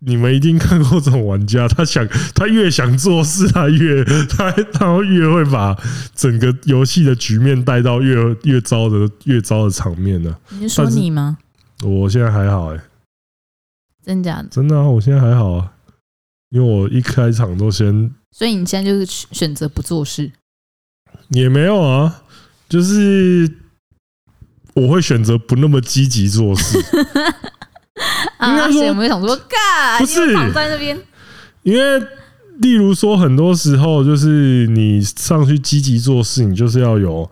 Speaker 1: 你们一定看过这种玩家，他想他越想做事，他越 他他会越会把整个游戏的局面带到越越糟的越糟的场面呢、
Speaker 2: 你是说
Speaker 1: 但是
Speaker 2: 你吗？
Speaker 1: 我现在还好哎、
Speaker 2: 真假的？
Speaker 1: 真的啊，我现在还好啊，因为我一开场都先
Speaker 2: 所以你现在就是选择不做事。
Speaker 1: 也没有啊，就是我会选择不那么积极做事，应该
Speaker 2: 啊，
Speaker 1: 说
Speaker 2: 谁没想说干？
Speaker 1: 不是
Speaker 2: 因为躺在那边，
Speaker 1: 因为例如说，很多时候就是你上去积极做事，你就是要有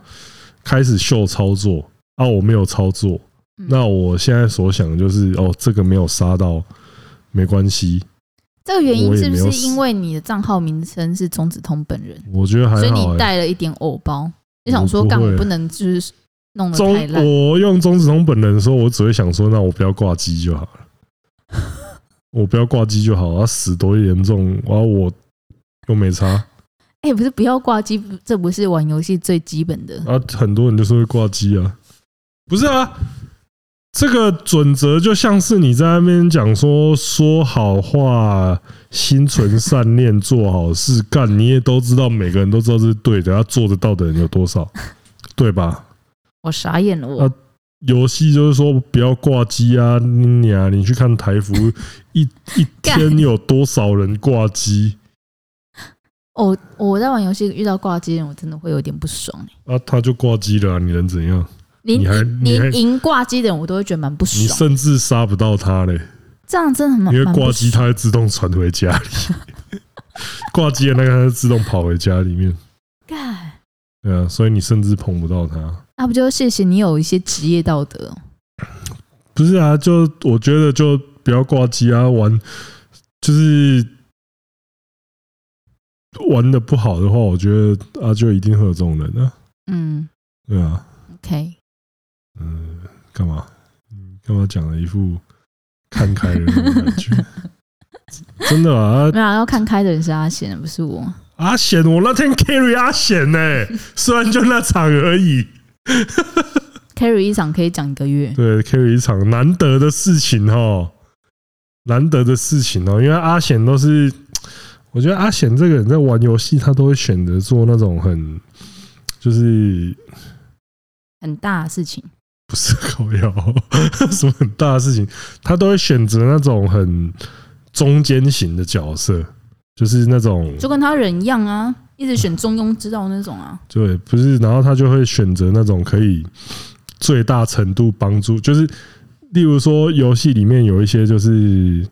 Speaker 1: 开始秀操作啊，我没有操作，
Speaker 2: 嗯
Speaker 1: 那我现在所想的就是哦，这个没有杀到没关系，
Speaker 2: 这个原因
Speaker 1: 我也
Speaker 2: 是不
Speaker 1: 没有
Speaker 2: 是
Speaker 1: 死
Speaker 2: 因为你的账号名称是钟子通本人，
Speaker 1: 我觉得还
Speaker 2: 所以
Speaker 1: 好、
Speaker 2: 你
Speaker 1: 欸。
Speaker 2: 带了一点偶包，就想
Speaker 1: 我
Speaker 2: 说
Speaker 1: 不
Speaker 2: 干
Speaker 1: 会
Speaker 2: 我不能就是弄得
Speaker 1: 中
Speaker 2: 太烂。
Speaker 1: 我用钟子通本人的时候，我只会想说，那我不要挂机就好了，我不要挂机就好，啊，死多严重，啊，我又没差，
Speaker 2: 哎、不是不要挂机，不这不是玩游戏最基本的。
Speaker 1: 啊，很多人就是会挂机啊，不是啊，这个准则就像是你在那边讲说说好话，心存善念，做好事，干你也都知道，每个人都知道这是对的，要做得到的人有多少，对吧？
Speaker 2: 我傻眼了我，
Speaker 1: 啊游戏就是说不要挂机啊，你啊，你去看台服一一天
Speaker 2: 干
Speaker 1: 有多少人挂机
Speaker 2: 哦，我在玩游戏遇到挂机的人，我真的会有点不爽、
Speaker 1: 啊？他就挂机了、啊，你能怎样？
Speaker 2: 连
Speaker 1: 你还你还
Speaker 2: 连赢挂机的人，我都会觉得蛮不
Speaker 1: 你
Speaker 2: 爽。
Speaker 1: 甚至杀不到他嘞，
Speaker 2: 这样真的蛮
Speaker 1: 因为
Speaker 2: 蛮不
Speaker 1: 挂机
Speaker 2: 爽
Speaker 1: 他会自动传回家里， 挂机的那个他就自动跑回家里面，
Speaker 2: 干，
Speaker 1: 对啊，所以你甚至碰不到他。
Speaker 2: 那不就谢谢你有一些职业道德？
Speaker 1: 不是啊，就我觉得就不要挂机啊，玩就是玩的不好的话，我觉得啊，就一定会有这种人啊，
Speaker 2: 嗯
Speaker 1: 对啊。
Speaker 2: ，OK，
Speaker 1: 嗯，干嘛？嗯，干嘛讲了一副看开的那种感觉？ 真的啊，
Speaker 2: 没有啊要看开的人是阿贤，不是我。
Speaker 1: 阿显，我那天 carry 阿显呢、虽然就那场而已，
Speaker 2: carry 一场可以讲一个月，
Speaker 1: 对，carry 一场难得的事情哦，难得的事情哦，因为阿显都是，我觉得阿显这个人在玩游戏，他都会选择做那种很，就是
Speaker 2: 很大的事情。
Speaker 1: 不是烤窑， 什么很大的事情，他都会选择那种很中间型的角色。就是那种
Speaker 2: 就跟他人一样啊，一直选中庸之道那种啊。
Speaker 1: 对，不是，然后他就会选择那种可以最大程度帮助，就是例如说游戏里面有一些就是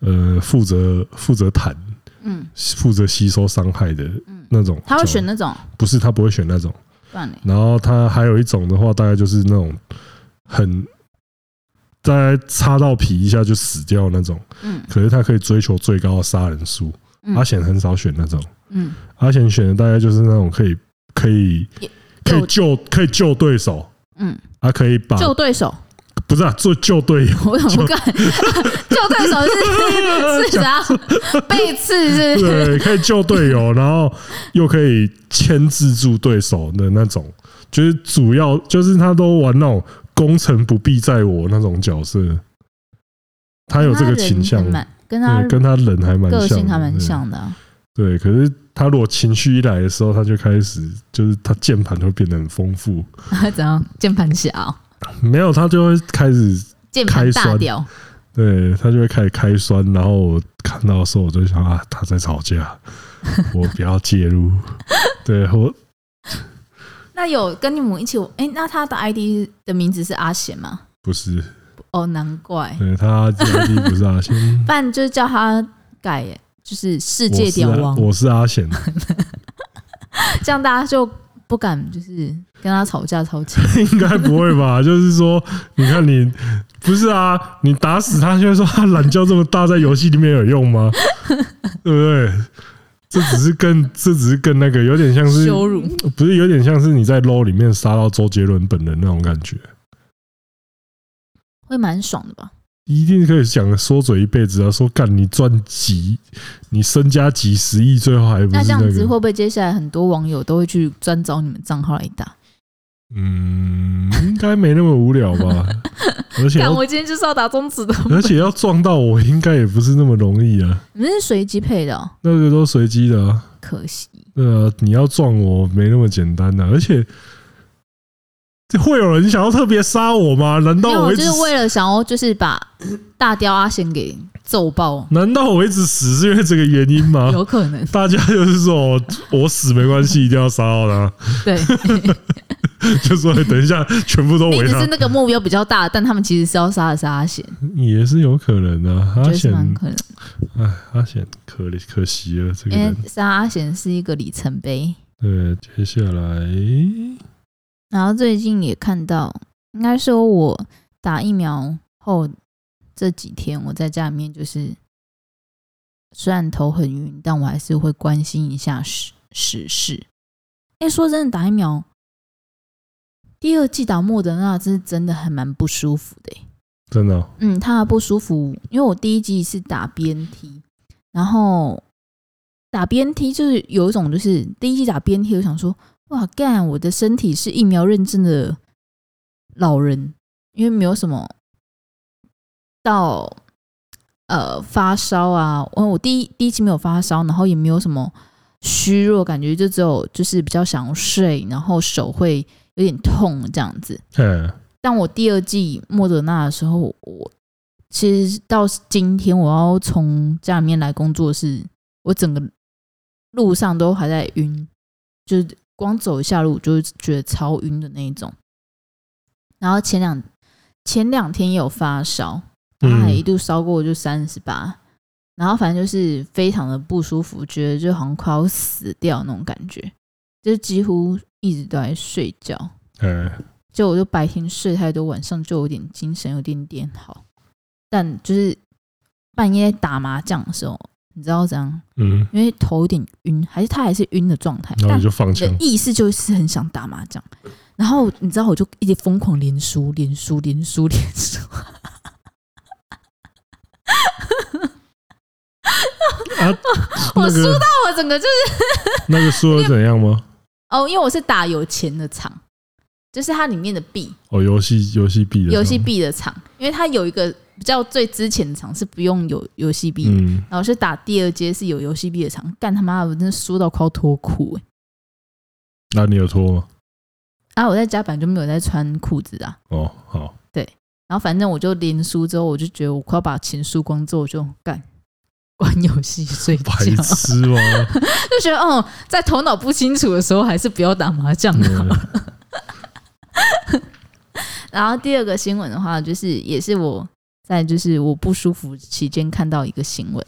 Speaker 1: 呃负责负责弹、
Speaker 2: 嗯，
Speaker 1: 负责吸收伤害的
Speaker 2: 嗯
Speaker 1: 那种角色，
Speaker 2: 他会选那种，
Speaker 1: 不是他不会选那种，
Speaker 2: 不然嘞，
Speaker 1: 然后他还有一种的话，大概就是那种很大概擦到皮一下就死掉那种，
Speaker 2: 嗯
Speaker 1: 可是他可以追求最高的杀人数。
Speaker 2: 嗯
Speaker 1: 阿显很少选那种，
Speaker 2: 嗯，
Speaker 1: 阿显选的大概就是那种可以可以
Speaker 2: 也
Speaker 1: 可以
Speaker 2: 有
Speaker 1: 救可以救对手，
Speaker 2: 嗯，
Speaker 1: 啊，可以把
Speaker 2: 救对手，
Speaker 1: 不是啊，做救队友，
Speaker 2: 我想不干，救对手 是是啥？背刺是不是？
Speaker 1: 对，可以救队友，然后又可以牵制住对手的那种，就是主要就是他都玩那种攻城不必在我那种角色，他有这个倾向
Speaker 2: 跟他人
Speaker 1: 对，
Speaker 2: 很，蛮跟他
Speaker 1: 跟他人还蛮
Speaker 2: 个
Speaker 1: 像
Speaker 2: 性
Speaker 1: 的，
Speaker 2: 还蛮
Speaker 1: 对
Speaker 2: 像的啊。
Speaker 1: 对，可是他如果情绪一来的时候，他就开始就是他键盘就会变得很丰富，
Speaker 2: 怎样？键盘侠哦，
Speaker 1: 没有他就会开始
Speaker 2: 键盘
Speaker 1: 开
Speaker 2: 大
Speaker 1: 酸
Speaker 2: 屌，
Speaker 1: 对他就会开始开酸，然后我看到的时候，我就想啊，他在吵 架，我不要介入。对我
Speaker 2: 那有跟你们一起玩？哎、那他的 ID 的名字是阿贤吗？
Speaker 1: 不是，
Speaker 2: 哦，难怪，
Speaker 1: 对他 ID 不是阿贤，
Speaker 2: 不然就是叫他改、欸，就是世界
Speaker 1: 我是
Speaker 2: 屌
Speaker 1: 啊
Speaker 2: 王，
Speaker 1: 我是阿贤，
Speaker 2: 这样大家就不敢就是跟他吵架吵起 来。
Speaker 1: 应该不会吧？就是说，你看你不是啊，你打死他就会说他懒觉这么大，在游戏里面有用 吗？对不对？这只是更，这只是更那个，有点像是
Speaker 2: 羞辱，
Speaker 1: 不是有点像是你在 LO 里面杀到周杰伦本人那种感觉。
Speaker 2: 会蛮爽的吧？
Speaker 1: 一定可以讲说嘴一辈子啊！说干你赚几，你身家几十亿，最后还嗯不是
Speaker 2: 那这样
Speaker 1: 个？
Speaker 2: 子会不会接下来很多网友都会去专找你们账号来打？
Speaker 1: 嗯，应该没那么无聊 吧？而且
Speaker 2: 但
Speaker 1: 要
Speaker 2: 我今天就是要打中指的，
Speaker 1: 而且要撞到我，应该也不是那么容易啊。
Speaker 2: 你们是随机配的、哦，
Speaker 1: 那个都随机的啊，
Speaker 2: 可惜。
Speaker 1: 对啊，你要撞我没那么简单啊的、而且会有人想要特别杀我吗？难道
Speaker 2: 没有，
Speaker 1: 我
Speaker 2: 我
Speaker 1: 一
Speaker 2: 就
Speaker 1: 直
Speaker 2: 是为了想要就是把大雕阿贤给揍爆，
Speaker 1: 难道我一直死是因为这个原因吗？
Speaker 2: 有可 能
Speaker 1: 大家就是说哦我死没关系，一定要杀到他。
Speaker 2: 对。
Speaker 1: 就说哎等一下，全部都
Speaker 2: 你
Speaker 1: 围
Speaker 2: 只
Speaker 1: 他
Speaker 2: 哎是，那个目标比较大，但他们其实是要杀的是阿贤，
Speaker 1: 也是有可能的、啊。
Speaker 2: 觉
Speaker 1: 阿
Speaker 2: 得是蛮
Speaker 1: 显，
Speaker 2: 可能的。
Speaker 1: 哎，阿显可可惜了这个
Speaker 2: 因为
Speaker 1: 人。
Speaker 2: 杀阿贤是一个里程碑。
Speaker 1: 对，接下来
Speaker 2: 然后最近也看到，应该说我打疫苗后这几天，我在家里面就是虽然头很晕，但我还是会关心一下时时事。哎、说真的，打疫苗第二季打莫德纳，这是真的还蛮不舒服的、欸。
Speaker 1: 真的哦、
Speaker 2: 嗯，它的不舒服，因为我第一季是打 BNT，然后打 BNT 就是有一种就是第一季打 BNT，我想说哇干，我的身体是疫苗认证的老人，因为没有什么到呃发烧啊，我我第一第一期没有发烧，然后也没有什么虚弱感觉，就只有就是比较想睡，然后手会有点痛这样子。
Speaker 1: 哎，
Speaker 2: 但我第二季莫德纳的时候，我其实到今天我要从家里面来工作是，我整个路上都还在晕，就是光走一下路就觉得超晕的那一种。然后前两前两天也有发烧，然后还
Speaker 1: 嗯，
Speaker 2: 一度烧过就三十八，然后反正就是非常的不舒服，觉得就好像快要死掉那种感觉，就几乎一直都在睡觉。
Speaker 1: 哎，
Speaker 2: 就我就白天睡太多，晚上就有点精神有点点好，但就是半夜打麻将的时候，你知道怎样？
Speaker 1: 嗯，
Speaker 2: 因为头有点晕，还是他还是晕的状态，
Speaker 1: 然后
Speaker 2: 但
Speaker 1: 你就放
Speaker 2: 我的
Speaker 1: 枪，
Speaker 2: 意思就是很想打麻将，然后你知道我就一直疯狂连输，连输，连输，连输，
Speaker 1: 那
Speaker 2: 我输
Speaker 1: 个
Speaker 2: 到我整个就是
Speaker 1: 那个输了怎样吗？
Speaker 2: 哦，因为我是打有钱的场，就是它里面的币，
Speaker 1: 哦，游戏游戏币的
Speaker 2: 游戏，币的场，因为它有一个比较最之前的场是不用有游戏币的，
Speaker 1: 嗯，
Speaker 2: 然后是打第二阶是有游戏币的场，干他妈的我真的输到快要脱裤哎！
Speaker 1: 那你有脱吗？
Speaker 2: 然后啊我在家本来就没有在穿裤子啊，
Speaker 1: 哦， 好，
Speaker 2: 然后反正我就连输之后，我就觉得我快要把钱输光之后，我就干 玩游戏睡觉，
Speaker 1: 白
Speaker 2: 就
Speaker 1: 痴哦吗？
Speaker 2: 觉得哦，在头脑不清楚的时候，还是不要打麻将啊好
Speaker 1: 嗯
Speaker 2: 然后第二个新闻的话，就是也是我在就是我不舒服期间看到一个新闻。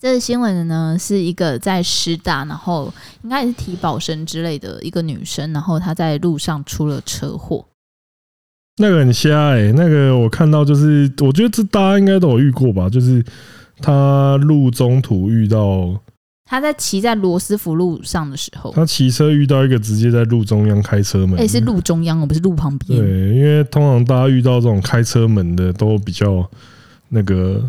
Speaker 2: 这个新闻呢是一个在师大，然后应该也是体保生之类的一个女生，然后她在路上出了车祸。
Speaker 1: 那个很瞎哎、那个我看到就是，我觉得这大家应该都有遇过吧，就是他路中途遇到
Speaker 2: 她在骑在罗斯福路上的时候，
Speaker 1: 他骑车遇到一个直接在路中央开车门，
Speaker 2: 哎、是路中央哦，不是路旁
Speaker 1: 对，
Speaker 2: 边。
Speaker 1: 因为通常大家遇到这种开车门的都比较那个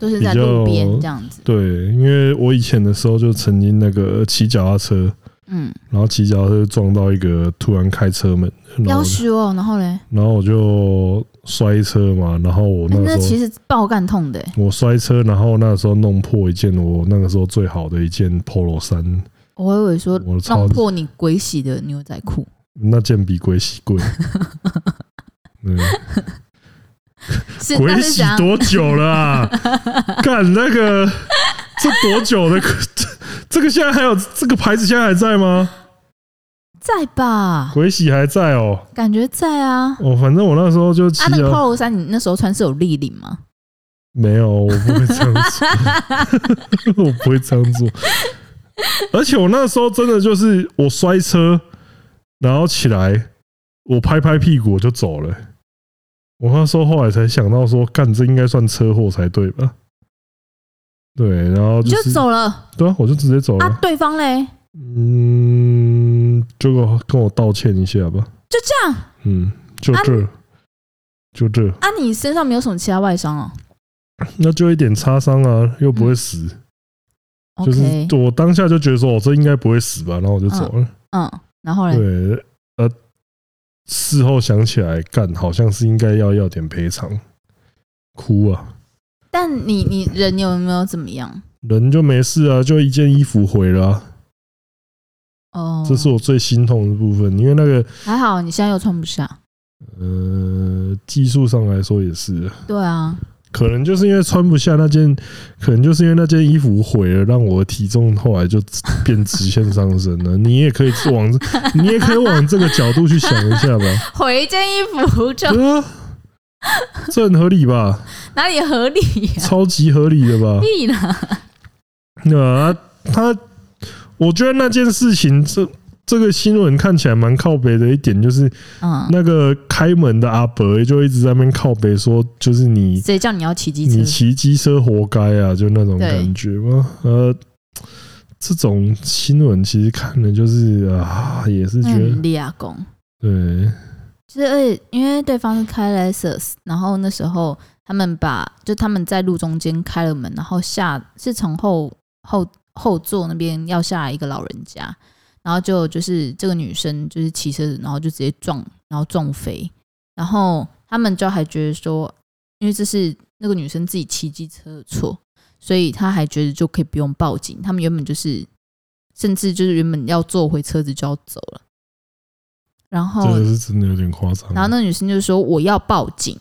Speaker 2: 都是在路边这样子。
Speaker 1: 对，因为我以前的时候就曾经那个骑脚踏车，
Speaker 2: 嗯，
Speaker 1: 然后骑脚踏车撞到一个突然开车门，然后
Speaker 2: 要
Speaker 1: 我就
Speaker 2: 修哦，然后嘞，
Speaker 1: 然后我就摔车嘛，然后我
Speaker 2: 哎
Speaker 1: 那
Speaker 2: 那
Speaker 1: 时
Speaker 2: 其
Speaker 1: 候
Speaker 2: 实爆干痛的、欸
Speaker 1: 我摔车，然后那时候弄破一件我那个时候最好的一件 polo 衫，
Speaker 2: 我以为说
Speaker 1: 我操
Speaker 2: 弄，破你鬼洗的牛仔裤，
Speaker 1: 那件比鬼洗 贵。嗯，
Speaker 2: 是那
Speaker 1: 鬼
Speaker 2: 是
Speaker 1: 洗
Speaker 2: 怎样？
Speaker 1: 多久了、 啊？干那个，这多久的？这这个现在还有这个牌子现在还在吗？
Speaker 2: 在吧？
Speaker 1: 鬼洗还在哦。
Speaker 2: 感觉在啊。
Speaker 1: 哦，反正我那时候就骑
Speaker 2: 啊，那个
Speaker 1: 啊，
Speaker 2: polo 衫你那时候穿是有立领吗？
Speaker 1: 没有，我不会这样 做，我不会这样做。而且我那时候真的就是我摔车，然后起来，我拍拍屁股我就走了。我那时候后来才想到说，干这应该算车祸才对吧？对，然后
Speaker 2: 你
Speaker 1: 就
Speaker 2: 就是走了
Speaker 1: 对啊，我就直接走
Speaker 2: 啊
Speaker 1: 了。？
Speaker 2: 对方嘞，
Speaker 1: 嗯，就跟我跟我道歉一下吧。
Speaker 2: 就这样
Speaker 1: 嗯，就
Speaker 2: 啊
Speaker 1: 这，就这。
Speaker 2: 啊？你身上没有什么其他外伤哦
Speaker 1: 那就一点擦伤啊，又不会死。就
Speaker 2: 嗯？OK，
Speaker 1: 是我当下就觉得说，哦我这应该不会死吧，然后我就走了。
Speaker 2: 嗯，然后嘞，
Speaker 1: 对，呃，事后想起来，干好像是应该要要点赔偿，哭啊，
Speaker 2: 但你你人有没有怎么样？
Speaker 1: 人就没事啊，就一件衣服毁了啊、
Speaker 2: 哦，
Speaker 1: 这是我最心痛的部分，因为那个
Speaker 2: 还好，你现在又穿不下。
Speaker 1: 呃，技术上来说也是，
Speaker 2: 对啊，
Speaker 1: 可能就是因为穿不下那件，可能就是因为那件衣服毁了，让我的体重后来就变直线上升了。你也可以往， 你也可以往这个角度去想一下吧，
Speaker 2: 回一件衣服 就
Speaker 1: 对啊，这很合理吧？
Speaker 2: 哪里合理呀？
Speaker 1: 超级合理的吧？
Speaker 2: 屁啦！
Speaker 1: 那、啊、他，我觉得那件事情这。这个新闻看起来蛮靠北的一点，就是
Speaker 2: 嗯，
Speaker 1: 那个开门的阿伯就一直在那边靠北说，就是你
Speaker 2: 谁叫你要骑机车
Speaker 1: 你？骑机车活该啊，就那种
Speaker 2: 对
Speaker 1: 感觉吗？呃，这种新闻其实看了就是啊，也是觉
Speaker 2: 那
Speaker 1: 得
Speaker 2: 很立啊公。
Speaker 1: 对，
Speaker 2: 就是而且因为对方是开 Lexus，然后那时候他们把就他们在路中间开了门，然后下是从后后后座那边要下来一个老人家，然后就就是这个女生就是骑车子，然后就直接撞，然后撞飞，然后他们就还觉得说，因为这是那个女生自己骑机车的错，所以他还觉得就可以不用报警，他们原本就是甚至就是原本要坐回车子就要走了，然后
Speaker 1: 这个是真的有点夸张。
Speaker 2: 哦
Speaker 1: 哎
Speaker 2: 然后那个女生就说我要报警，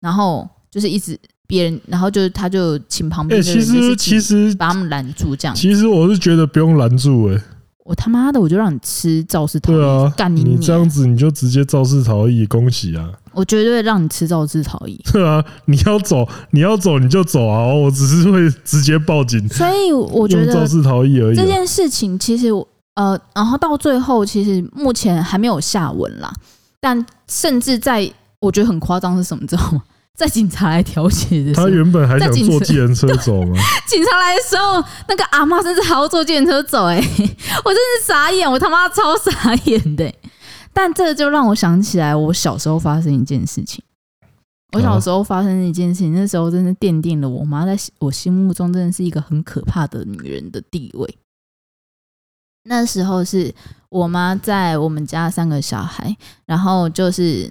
Speaker 2: 然后就是一直别人，然后就是她就请旁
Speaker 1: 哎、
Speaker 2: 边的
Speaker 1: 其
Speaker 2: 人就是
Speaker 1: 实其实
Speaker 2: 把他们拦住这样。
Speaker 1: 其实我是觉得不用拦住哎、
Speaker 2: 我他妈的我就让你吃肇事逃
Speaker 1: 对
Speaker 2: 逸，
Speaker 1: 啊，
Speaker 2: 干你
Speaker 1: 你
Speaker 2: 娘
Speaker 1: 这样子你就直接肇事逃逸，恭喜啊！
Speaker 2: 我绝对让你吃肇事逃逸。
Speaker 1: 对啊，你要走你要走你就走啊，我只是会直接报警，
Speaker 2: 所以我觉
Speaker 1: 用肇
Speaker 2: 得
Speaker 1: 事逃逸而已
Speaker 2: 这
Speaker 1: 啊、
Speaker 2: 件事情其实我呃，然后到最后其实目前还没有下文啦，但甚至在我觉得很夸张是什么，你知道吗？在警察来调解的时
Speaker 1: 他
Speaker 2: 候，
Speaker 1: 原本还
Speaker 2: 在
Speaker 1: 想
Speaker 2: 警
Speaker 1: 坐
Speaker 2: 车
Speaker 1: 计程车走嘛，
Speaker 2: 警察来的时候，那个阿妈甚至还要坐电车走、欸， 我真是傻眼，我他妈超傻眼的欸、但这就让我想起来，我小时候发生一件事情。我小时候发生一件事情，那时候真的奠定了我妈在我心目中真的是一个很可怕的女人的地位。那时候是我妈在我们家三个小孩，然后就是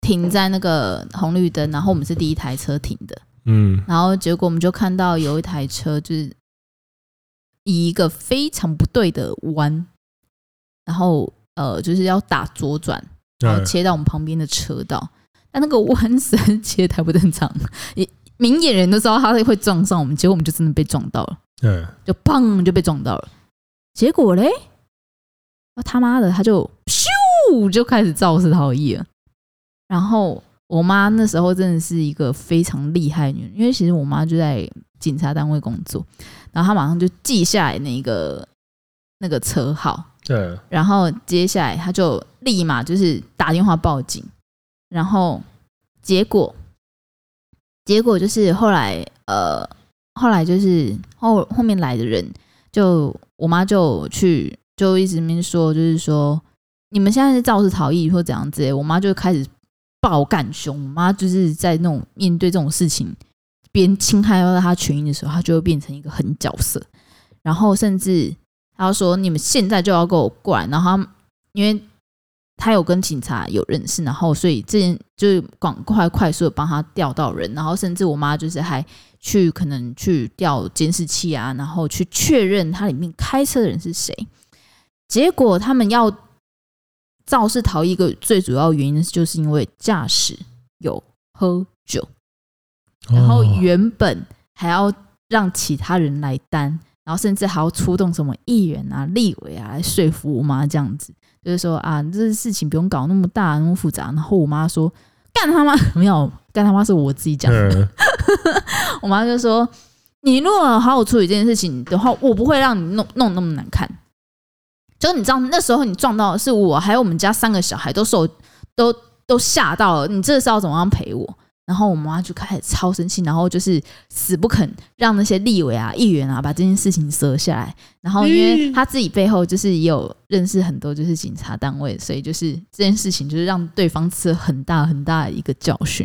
Speaker 2: 停在那个红绿灯，然后我们是第一台车停的，
Speaker 1: 嗯，
Speaker 2: 然后结果我们就看到有一台车就是以一个非常不对的弯，然后呃就是要打左转，然后
Speaker 1: 哎
Speaker 2: 切到我们旁边的车道，但那个弯实在切太不正常，一明眼人都知道他会撞上我们，结果我们就真的被撞到了，
Speaker 1: 嗯，
Speaker 2: 就砰就被撞到了。结果嘞，我他妈的他就咻就开始肇事逃逸了。然后我妈那时候真的是一个非常厉害的女人，因为其实我妈就在警察单位工作，然后她马上就记下来那个那个车号，
Speaker 1: 嗯，
Speaker 2: 然后接下来他就立马就是打电话报警，然后结果结果就是后来呃后来就是后后面来的人就我妈就去就一直面说就是说你们现在是肇事逃逸或怎样之类，我妈就开始爆干凶，我妈就是在那种面对这种事情别人侵害到她权益的时候，她就会变成一个狠角色，然后甚至然后说你们现在就要给我过来，然后他因为他有跟警察有认识，然后所以这件就是赶快快速的帮他调到人，然后甚至我妈就是还去可能去调监视器啊，然后去确认他里面开车的人是谁。结果他们要肇事逃逸一个最主要原因就是因为驾驶有喝酒，然后
Speaker 1: 哦
Speaker 2: 原本还要让其他人来担，然后甚至还要出动什么议员啊、立委啊来说服我妈这样子，就是说啊，这事情不用搞那么大、那么复杂。然后我妈说：“干他妈 没有，干他妈是我自己讲。
Speaker 1: 嗯，”
Speaker 2: 我妈就说：“你如果好好处理这件事情的话，我不会让你弄弄那么难看。”就你知道，那时候你撞到的是我，还有我们家三个小孩都受都都吓到了，你这是要怎么样赔我？然后我妈就开始超生气，然后就是死不肯让那些立委啊、议员啊把这件事情折下来。然后因为她自己背后就是也有认识很多就是警察单位，所以就是这件事情就是让对方吃了很大很大的一个教训。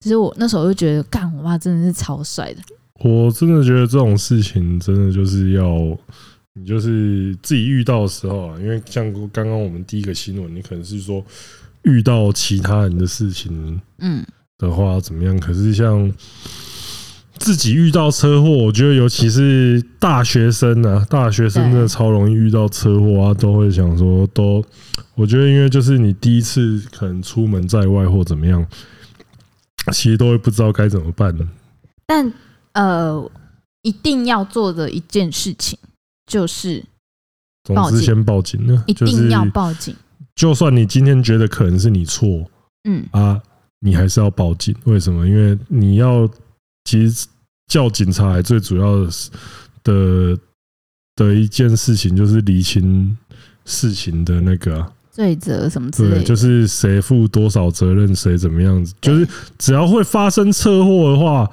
Speaker 2: 其实我那时候就觉得，干我妈真的是超帅的，
Speaker 1: 我真的觉得这种事情真的就是要你就是自己遇到的时候啊，因为像刚刚我们第一个新闻，你可能是说遇到其他人的事情
Speaker 2: 嗯，
Speaker 1: 的话怎么样，可是像。自己遇到车祸，我觉得尤其是大学生啊，大学生真的
Speaker 2: 对
Speaker 1: 超容易遇到车祸啊，都会想说都，我觉得因为就是你第一次可能出门在外或怎么样，其实都会不知道该怎么办。
Speaker 2: 但呃，一定要做的一件事情就是
Speaker 1: 总之先报警呢，
Speaker 2: 一
Speaker 1: 就
Speaker 2: 定
Speaker 1: 是
Speaker 2: 要报警，
Speaker 1: 就算你今天觉得可能是你错
Speaker 2: 嗯，
Speaker 1: 啊，你还是要报警。为什么？因为你要其实叫警察来最主要的是的的一件事情就是厘清事情的那个啊、
Speaker 2: 罪责什么之类
Speaker 1: 对，
Speaker 2: 的，
Speaker 1: 就是谁负多少责任，谁怎么样子，就是只要会发生车祸的话，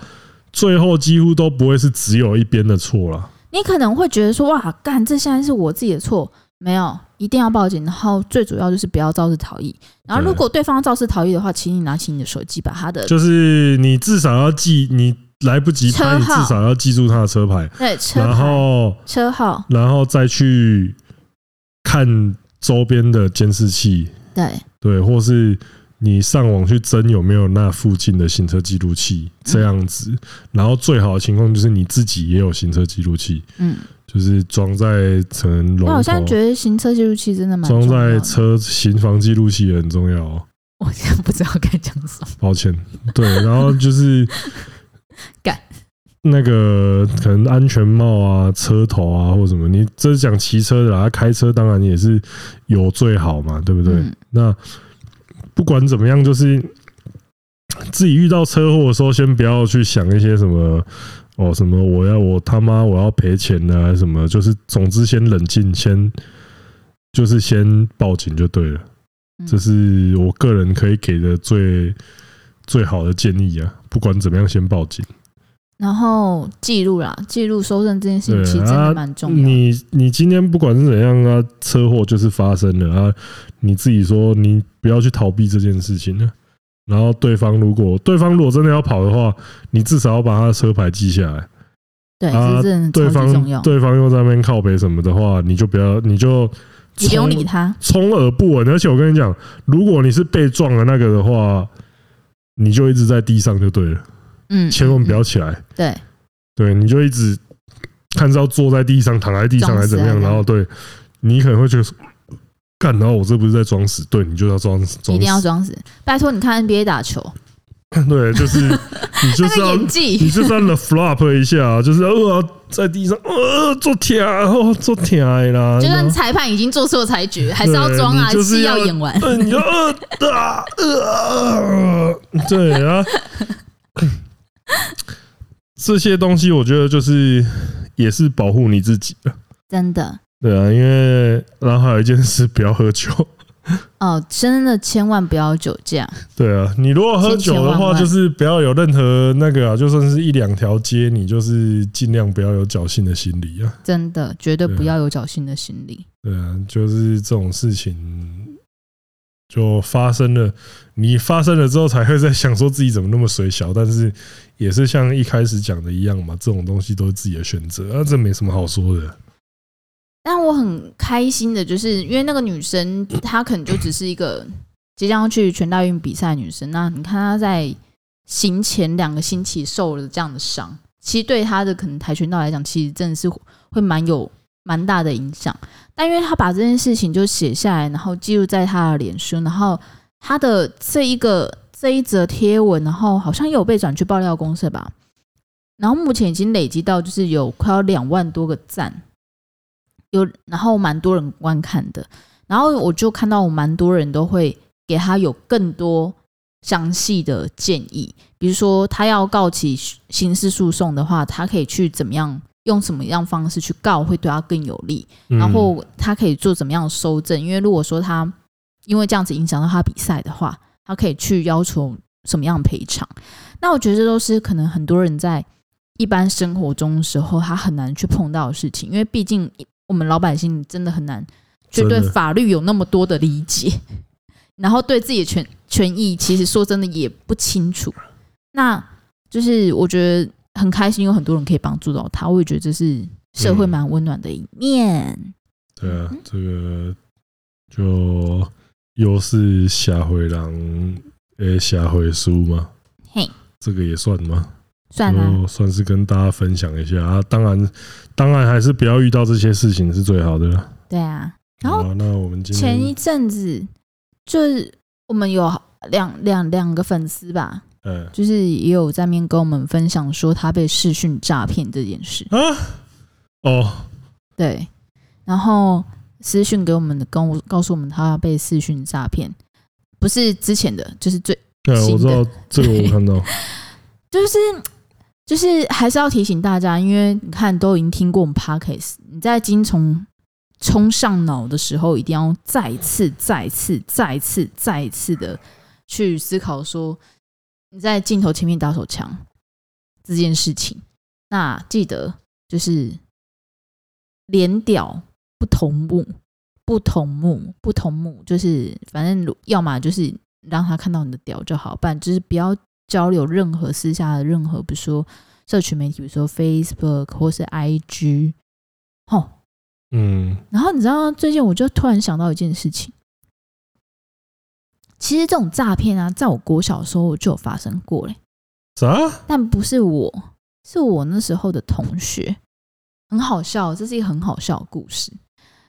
Speaker 1: 最后几乎都不会是只有一边的错了。
Speaker 2: 你可能会觉得说，哇，干，这现在是我自己的错，没有，一定要报警。然后最主要就是不要肇事逃逸。然后
Speaker 1: 对
Speaker 2: 如果对方肇事逃逸的话，请你拿起你的手机，把他的
Speaker 1: 就是你至少要记，你来不及拍，
Speaker 2: 车
Speaker 1: 你至
Speaker 2: 号
Speaker 1: 少要记住他的车牌，
Speaker 2: 对车
Speaker 1: 然
Speaker 2: 牌、
Speaker 1: 后
Speaker 2: 车号，
Speaker 1: 然后再去看周边的监视器，
Speaker 2: 对
Speaker 1: 对，或是你上网去争有没有那附近的行车记录器这样子。然后最好的情况就是你自己也有行车记录器，
Speaker 2: 嗯。
Speaker 1: 就是装在可能
Speaker 2: 那
Speaker 1: 龙
Speaker 2: 我现在
Speaker 1: 头，
Speaker 2: 觉得行车记录器真的蛮
Speaker 1: 装
Speaker 2: 重要
Speaker 1: 在
Speaker 2: 的
Speaker 1: 车行房记录器也很重要哦。
Speaker 2: 我现在不知道该讲什么。
Speaker 1: 抱歉，对，然后就是
Speaker 2: 干
Speaker 1: 那个可能安全帽啊、车头啊或什么，你这是讲骑车的啦，开车当然也是有最好嘛，对不对？
Speaker 2: 嗯
Speaker 1: 那不管怎么样，就是自己遇到车祸的时候，先不要去想一些什么哦，什么我要我他妈我要赔钱啊，什么，就是总之先冷静，先就是先报警就对了。
Speaker 2: 嗯
Speaker 1: 这是我个人可以给的最最好的建议啊！不管怎么样，先报警。
Speaker 2: 然后记录啦，记录收证这件事情
Speaker 1: 对
Speaker 2: 其实真
Speaker 1: 啊
Speaker 2: 的蛮重要的。
Speaker 1: 你你今天不管是怎样啊，车祸就是发生了啊，你自己说你不要去逃避这件事情了。啊然后对方如果对方如果真的要跑的话，你至少要把他的车牌记下来。
Speaker 2: 对，
Speaker 1: 啊
Speaker 2: 这真
Speaker 1: 对
Speaker 2: 的超级重
Speaker 1: 方
Speaker 2: 要。
Speaker 1: 对方又在那边靠北什么的话，你就不要你就
Speaker 2: 你不用
Speaker 1: 冲
Speaker 2: 理他，
Speaker 1: 充耳不闻。而且我跟你讲，如果你是被撞的那个的话，你就一直在地上就对了，
Speaker 2: 嗯，
Speaker 1: 千万不
Speaker 2: 嗯
Speaker 1: 要起来。
Speaker 2: 对
Speaker 1: 对，你就一直看是要坐在地上、躺在地上还是怎么样，
Speaker 2: 装死啊
Speaker 1: 然后对你可能会觉得说，干，然后我这不是在装死，对你就要装装
Speaker 2: 一定要
Speaker 1: 死。
Speaker 2: 装死。拜托，你看 NBA 打球，
Speaker 1: 对，就是 你就是
Speaker 2: 那
Speaker 1: 要
Speaker 2: 演技
Speaker 1: 你就是要 the flop 一下啊，就是呃在地上呃做铁哦做铁啦，
Speaker 2: 就
Speaker 1: 然
Speaker 2: 算
Speaker 1: 后
Speaker 2: 裁判已经做出了裁决，还是要装啊，
Speaker 1: 对你就是
Speaker 2: 戏
Speaker 1: 要
Speaker 2: 要演完。
Speaker 1: 呃你就呃啊呃，对 啊，这些东西我觉得就是也是保护你自己的，啊
Speaker 2: 真的
Speaker 1: 对啊，因为然后还有一件事，不要喝酒。
Speaker 2: 哦，真的千万不要酒驾。
Speaker 1: 对啊，你如果喝酒的
Speaker 2: 千千万
Speaker 1: 话，
Speaker 2: 万
Speaker 1: 就是不要有任何那个啊，就算是一两条街，你就是尽量不要有侥幸的心理啊。
Speaker 2: 真的绝对
Speaker 1: 对啊
Speaker 2: 不要有侥幸的心理。
Speaker 1: 对啊，就是这种事情就发生了，你发生了之后才会在想说自己怎么那么水小，但是也是像一开始讲的一样嘛，这种东西都是自己的选择啊，这没什么好说的。
Speaker 2: 但我很开心的，就是因为那个女生，她可能就只是一个即将要去全大运比赛的女生。那你看她在行前两个星期受了这样的伤，其实对她的可能跆拳道来讲，其实真的是会蛮有蛮大的影响。但因为她把这件事情就写下来，然后记录在她的脸书，然后她的这一个这一则贴文，然后好像也有被转去爆料公社吧。然后目前已经累积到就是有快要两万多个赞，有，然后蛮多人观看的，然后我就看到我蛮多人都会给他有更多详细的建议，比如说他要告起刑事诉讼的话，他可以去怎么样，用什么样方式去告会对他更有利，
Speaker 1: 嗯
Speaker 2: 然后他可以做怎么样的收证，因为如果说他因为这样子影响到他比赛的话，他可以去要求什么样的赔偿。那我觉得这都是可能很多人在一般生活中的时候，他很难去碰到的事情，因为毕竟我们老百姓真的很难去
Speaker 1: 真的
Speaker 2: 对法律有那么多的理解，然后对自己的权权益，其实说真的也不清楚。那就是我觉得很开心，有很多人可以帮助到他，我也觉得这是社会
Speaker 1: 嗯
Speaker 2: 蛮温暖的一面。
Speaker 1: 对啊，这
Speaker 2: 嗯
Speaker 1: 个就又是下回狼诶，下回书嘛，
Speaker 2: 嘿，
Speaker 1: 这个也算吗？
Speaker 2: 算啊啦、
Speaker 1: 就算是跟大家分享一下啊。当然，当然还是不要遇到这些事情是最好的啦。
Speaker 2: 对啊。然后
Speaker 1: 好啊那我们今
Speaker 2: 前一
Speaker 1: 天，
Speaker 2: 阵子就是我们有两两两个粉丝吧，
Speaker 1: 嗯
Speaker 2: 就是也有在面跟我们分享说他被视讯诈骗这件事，
Speaker 1: 啊，哦，
Speaker 2: 对，然后私讯给我们的跟我告诉我们他被视讯诈骗，不是之前的，就是最
Speaker 1: 对，
Speaker 2: 新的
Speaker 1: 我知道这个我 看到，
Speaker 2: 就是就是还是要提醒大家，因为你看都已经听过我们 podcast，你在精虫冲上脑的时候，一定要再次、再次、再次、再次的去思考说你在镜头前面打手枪这件事情。那记得就是连屌不同目，不同目，不同目，就是反正如要么就是让他看到你的屌就好，不然就是不要交流任何私下的任何，比如说社群媒体，比如说 Facebook 或是 IG。哦，
Speaker 1: 嗯，
Speaker 2: 然后你知道最近我就突然想到一件事情，其实这种诈骗啊，在我国小的时候我就有发生过嘞，欸
Speaker 1: 啥？啊
Speaker 2: 但不是我，是我那时候的同学，很好笑，这是一个很好笑的故事。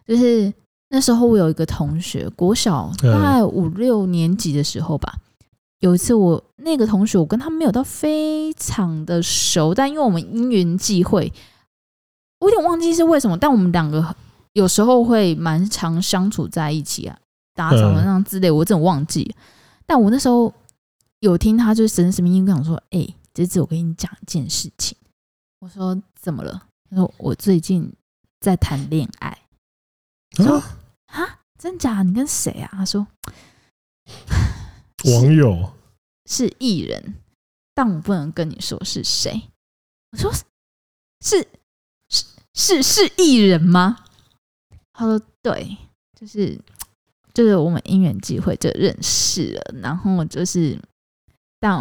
Speaker 2: 就是那时候我有一个同学，国小
Speaker 1: 嗯
Speaker 2: 大概五六年级的时候吧，有一次我那个同学，我跟他没有到非常的熟，但因为我们因缘际会，我有点忘记是为什么，但我们两个有时候会蛮常相处在一起啊，打扫
Speaker 1: 嗯
Speaker 2: 那样之类，我真的忘记了。但我那时候有听他就是神神秘秘跟我说：“哎、这次我跟你讲一件事情。”我说：“怎么了？”他说：“我最近在谈恋爱。”
Speaker 1: 啊，
Speaker 2: 啊，真假？你跟谁啊？他说
Speaker 1: 网友，
Speaker 2: 是艺人，但我不能跟你说是谁。我说是是是是艺人吗？他说对，就是就是我们因缘际会就认识了，然后就是但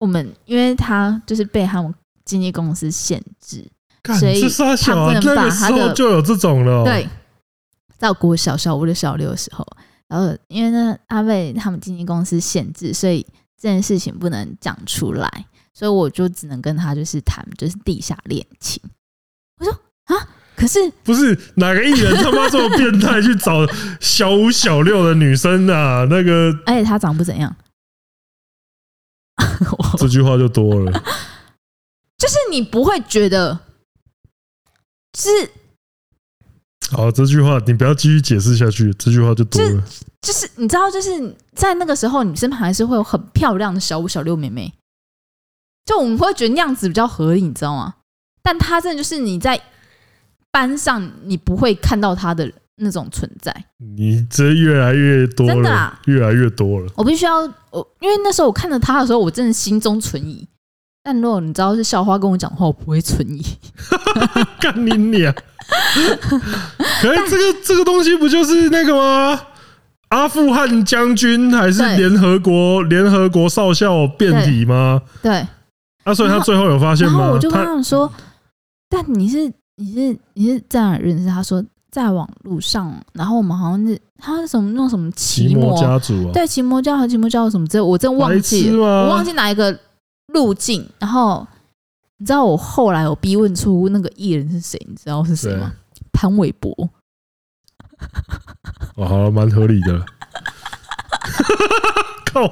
Speaker 2: 我们因为他就是被他们经纪公司限制，
Speaker 1: 干
Speaker 2: 所以
Speaker 1: 这傻小啊
Speaker 2: 他，不
Speaker 1: 那
Speaker 2: 能把
Speaker 1: 个时候就有这种了哦，
Speaker 2: 对，在我国小小五六小六的时候，然后因为呢，他被他们经纪公司限制，所以这件事情不能讲出来，所以我就只能跟他就是谈就是地下恋情。我说啊，可是
Speaker 1: 不是哪个艺人他妈这么变态去找小
Speaker 2: 哎
Speaker 1: 五小六的女生啊？那个
Speaker 2: 而且他长不怎样，
Speaker 1: 这句话就多 了。
Speaker 2: 就是你不会觉得是
Speaker 1: 好，这句话你不要继续解释下去，这句话就多了。
Speaker 2: 就是你知道，就是在那个时候，你身旁还是会有很漂亮的小五、小六妹妹，就我们会觉得那样子比较合理，你知道吗？但她真的就是你在班上你不会看到她的那种存在。
Speaker 1: 你这越来越多
Speaker 2: 真的
Speaker 1: 了
Speaker 2: 啊，
Speaker 1: 越来越多 了。
Speaker 2: 我必须要我，因为那时候我看着她的时候，我真的心中存疑。但如果你知道是校花跟我讲话，我不会存疑。
Speaker 1: 干你 娘！可是这个这个东西不就是那个吗？阿富汗将军还是
Speaker 2: 对
Speaker 1: 联合国联合国少校变体吗？
Speaker 2: 对，
Speaker 1: 啊，所以他
Speaker 2: 然后
Speaker 1: 最后有发现
Speaker 2: 然后
Speaker 1: 吗
Speaker 2: 我就？跟
Speaker 1: 他
Speaker 2: 他们说：“但你是你是你是在哪认识？”他说：“在网络上。”然后我们好像是他是什么弄什么
Speaker 1: 奇
Speaker 2: 奇
Speaker 1: 摩
Speaker 2: 摩
Speaker 1: 家族啊，
Speaker 2: 对，奇摩教和奇摩教什么之类，我真忘记
Speaker 1: 白痴啊吗
Speaker 2: 了，我忘记哪一个路径。然后你知道我后来有逼问出那个艺人是谁，你知道是谁吗？潘玮柏，
Speaker 1: 哦，好了，蛮合理的。 靠，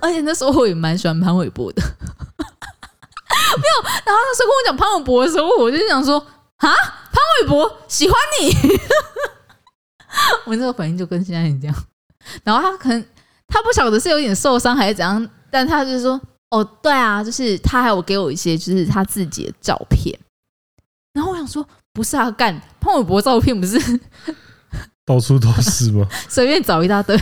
Speaker 2: 而且那时候我也蛮喜欢潘玮柏的。 没有，然后那时候跟我讲潘玮柏的时候，我就想说啊，潘玮柏喜欢你， 我那个反应就跟现在一样。然后他可能他不晓得是有点受伤还是怎样，但他就说哦，对啊，就是他还有给我一些就是他自己的照片。然后我想说，不是啊，干潘玮柏照片不是
Speaker 1: 到处都是吗？
Speaker 2: 随便找一大堆。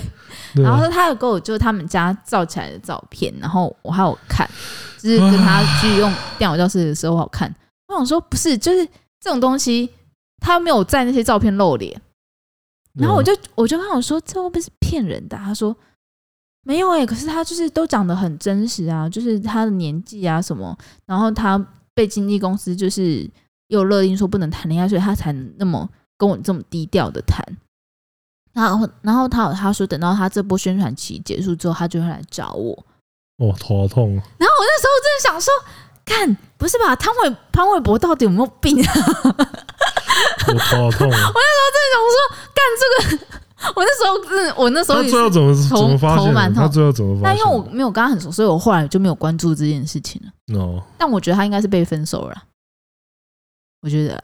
Speaker 1: 对
Speaker 2: 然
Speaker 1: 啊
Speaker 2: 后，他有给我就是他们家照起来的照片，然后我还有看，就是跟他去用电脑教室的时候我好看。我想说不是，就是这种东西，他没有在那些照片露脸。然后我
Speaker 1: 啊
Speaker 2: 就我就跟我说这会不会是骗人的啊、他说没有哎、可是他就是都长得很真实啊，就是他的年纪啊什么，然后他被经纪公司就是又勒令说不能谈恋爱，所以他才那么跟我这么低调的谈。然后，然后他有他说等到他这波宣传期结束之后，他就会来找我。
Speaker 1: 哦，头好痛啊，
Speaker 2: 然后我那时候真的想说，看不是吧？潘玮潘玮柏到底有没有病啊？
Speaker 1: 我头好痛啊。
Speaker 2: 真的想说，干这个，我 那时候真的，我那时候
Speaker 1: 他
Speaker 2: 也
Speaker 1: 最
Speaker 2: 是
Speaker 1: 后怎么怎
Speaker 2: 头
Speaker 1: 么发现
Speaker 2: 头
Speaker 1: 的？
Speaker 2: 蛮痛
Speaker 1: 他最后怎么发
Speaker 2: 但
Speaker 1: 现
Speaker 2: 因为我没有跟他很熟，所以我后来就没有关注这件事情了。
Speaker 1: 的？哦，
Speaker 2: 但我觉得他应该是被分手了啦，我觉得啦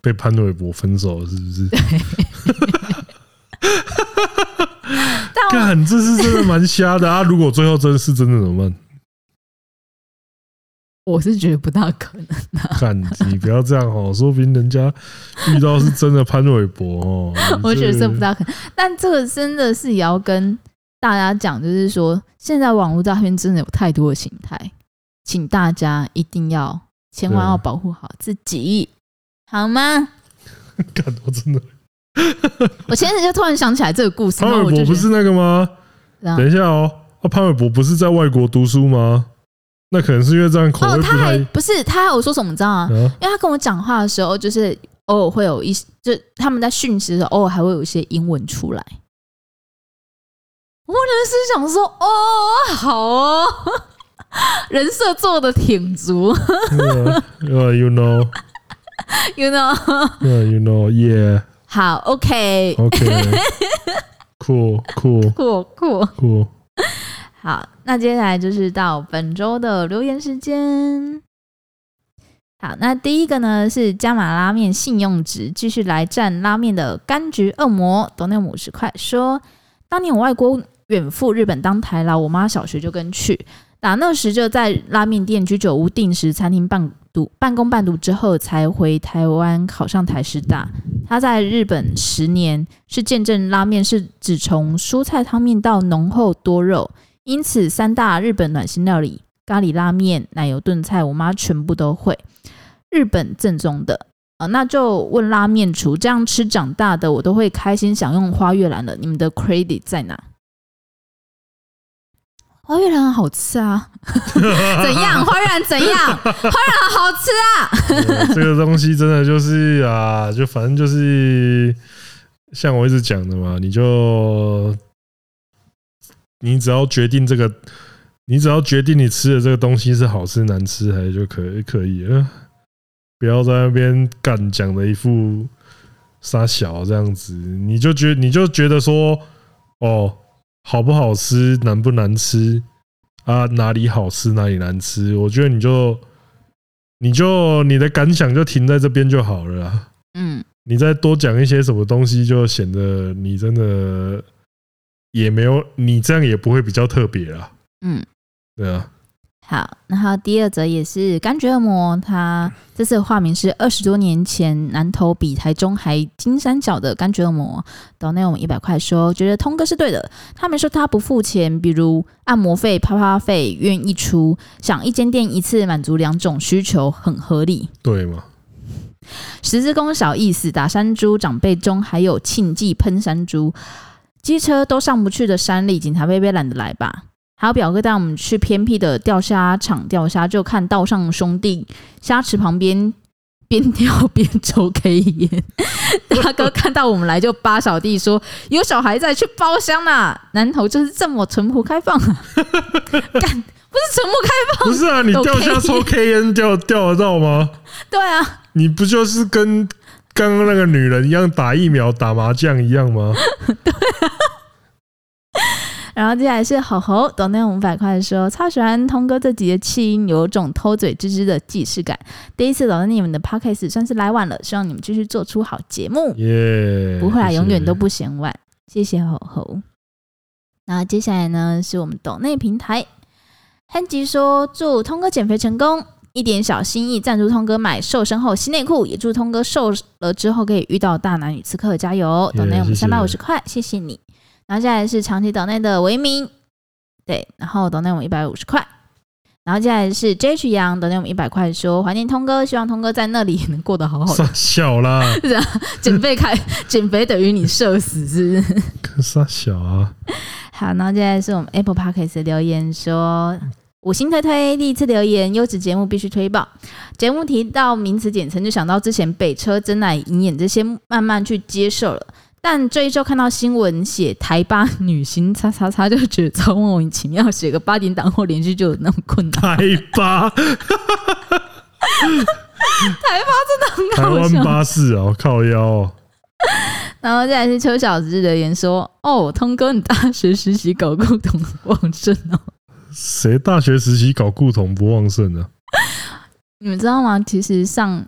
Speaker 1: 被潘玮柏分手了是不 是？
Speaker 2: 但我
Speaker 1: 干，这是真的蛮瞎的啊！如果最后真是真的怎么办？
Speaker 2: 我是觉得不大可能。
Speaker 1: 干，你不要这样哦，说不定人家遇到是真的潘玮柏哦。你
Speaker 2: 我觉得这
Speaker 1: 这
Speaker 2: 不大可能。但这个真的是也要跟大家讲，就是说，现在网络诈骗真的有太多的形态，请大家一定要千万要
Speaker 1: 对
Speaker 2: 保护好自己，好吗？
Speaker 1: 干，我真的
Speaker 2: 我前阵子就突然想起来这个故事，
Speaker 1: 潘
Speaker 2: 然后
Speaker 1: 玮
Speaker 2: 我就
Speaker 1: 柏
Speaker 2: 觉
Speaker 1: 不
Speaker 2: 得
Speaker 1: 是那个吗？
Speaker 2: 这样
Speaker 1: 等一下哦，啊，潘玮柏不是在外国读书吗？那可能是因为这样口
Speaker 2: 哦，
Speaker 1: 味不
Speaker 2: 他
Speaker 1: 太
Speaker 2: 还不是他还有说什么，你知道吗？
Speaker 1: 啊，
Speaker 2: 因为他跟我讲话的时候，就是偶尔会有一些，就他们在训斥的时候，偶尔还会有一些英文出来。我那时想说，哦，好哦，人设做的挺足
Speaker 1: 呃，you 啊 know，you
Speaker 2: ，you know，
Speaker 1: know，yeah，OK，cool，cool，cool，
Speaker 2: 好，OK，酷酷，
Speaker 1: cool。
Speaker 2: 好，那接下来就是到本周的留言时间。好，那第一个呢是加码拉面信用值继续来战拉面的柑橘恶魔，董内五十块说，当年我外公远赴日本当台劳，我妈小学就跟去，打那时就在拉面店、居酒屋、定时餐厅办读半工半读之后，才回台湾考上台师大。他在日本十年，是见证拉面是只从蔬菜汤面到浓厚多肉，因此三大日本暖心料理咖喱拉面、奶油炖菜，我妈全部都会，日本正宗的。呃，那就问拉面厨，这样吃长大的我都会开心享用花月兰了。你们的 credit 在哪？花月兰好吃啊， 怎样？花月兰怎样？花月兰好吃
Speaker 1: 对
Speaker 2: 啊！
Speaker 1: 这个东西真的就是啊，就反正就是像我一直讲的嘛，你就你只要决定这个，你只要决定你吃的这个东西是好吃难吃还是就可以可以了，不要在那边干讲的一副傻小这样子，你就觉你就觉得说哦。好不好吃、难不难吃啊，哪里好吃哪里难吃，我觉得你就你就你的感想就停在这边就好了啦。
Speaker 2: 嗯，
Speaker 1: 你再多讲一些什么东西，就显得你真的也没有，你这样也不会比较特别啦。
Speaker 2: 嗯，
Speaker 1: 对啊，
Speaker 2: 好，然后第二则也是柑橘恶魔，他这次的化名是二十多年前南投比台中还金三角的柑橘恶魔，岛内我们一百块说，觉得通哥是对的，他们说他不付钱，比如按摩费、啪啪费愿意出，想一间店一次满足两种需求，很合理。
Speaker 1: 对 嘛，
Speaker 2: 十字弓小意思，打山猪、长辈中还有庆忌喷山猪，机车都上不去的山里，警察贝贝懒得来吧。还有表哥带我们去偏僻的钓虾场钓虾，就看道上兄弟虾池旁边边钓边抽 K 烟。大哥看到我们来就扒小弟说：“有小孩在去包厢啦、南头就是这么淳朴开放啊！”干不是淳朴开
Speaker 1: 不是啊，你
Speaker 2: 都
Speaker 1: 掉下
Speaker 2: K
Speaker 1: 抽 K N 掉掉得到吗？
Speaker 2: 对啊，
Speaker 1: 你不就是跟刚刚那个女人一样打疫苗、打麻将一样 吗？
Speaker 2: 然后接下来是吼吼，抖内五百块说超喜欢通哥这集的气音，有种偷嘴吱吱的既视感。第一次抖内你们的 podcast 算是来晚了，希望你们继续做出好节目，
Speaker 1: 耶，
Speaker 2: 不会啊，
Speaker 1: 谢谢
Speaker 2: 永远都不嫌晚。谢谢吼吼。那接下来呢是我们抖内平台，汉吉说祝通哥减肥成功。一点小心意，赞助通哥买瘦身后新内裤，也祝通哥瘦了之后可以遇到大男女刺客，加油！
Speaker 1: 耶
Speaker 2: 抖内我们
Speaker 1: 谢谢
Speaker 2: 三百五十块，谢谢你。然后接下来是长期岛内的维明，对，然后岛内我们一百五十块。然后接下来是 JH 杨，岛内我们一百块说，怀念通哥，希望通哥在那里也能过得好好的。
Speaker 1: 傻小啦，
Speaker 2: 减肥开 减肥等于你社死，是不是？
Speaker 1: 傻小啊，
Speaker 2: 好，然后接下来是我们 Apple Podcast 的留言说。五星推推，第一次留言，优质节目必须推爆。节目提到名词简称，就想到之前北车、真乃、银眼这些，慢慢去接受了。但这一周看到新闻写台巴女星叉叉叉，就觉得超莫名其妙，写个八点档或连续就有那种困 难。
Speaker 1: 台巴，台
Speaker 2: 搞
Speaker 1: 湾
Speaker 2: 笑
Speaker 1: 巴士哦，靠腰哦，
Speaker 2: 然后再来是邱小芝留言说：“哦，通哥，你大学实习搞过同旺盛哦。”
Speaker 1: 谁大学时期搞固酮不旺盛啊？
Speaker 2: 你们知道吗？其实上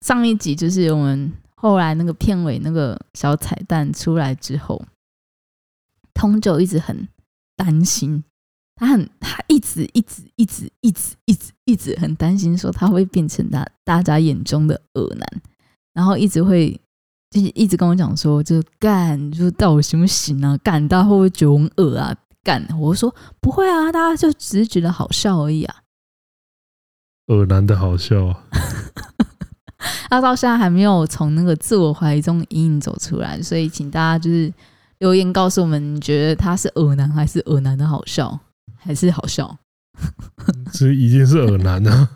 Speaker 2: 上一集就是我们后来那个片尾那个小彩蛋出来之后，通九一直很担心，他很他一直一直一直一直一直一直很担心，说他会变成大大家眼中的恶男，然后一直会。就是一直跟我讲说，就干，就到底行不行啊？干，大家会不会觉得我很恶啊？干，我就说不会啊，大家就只是觉得好笑而已啊。
Speaker 1: 恶男的好笑啊，
Speaker 2: 他到现在还没有从那个自我怀疑中隐隐走出来，所以请大家就是留言告诉我们，你觉得他是恶男还是恶男的好笑，还是好笑？
Speaker 1: 这一定是恶男啊！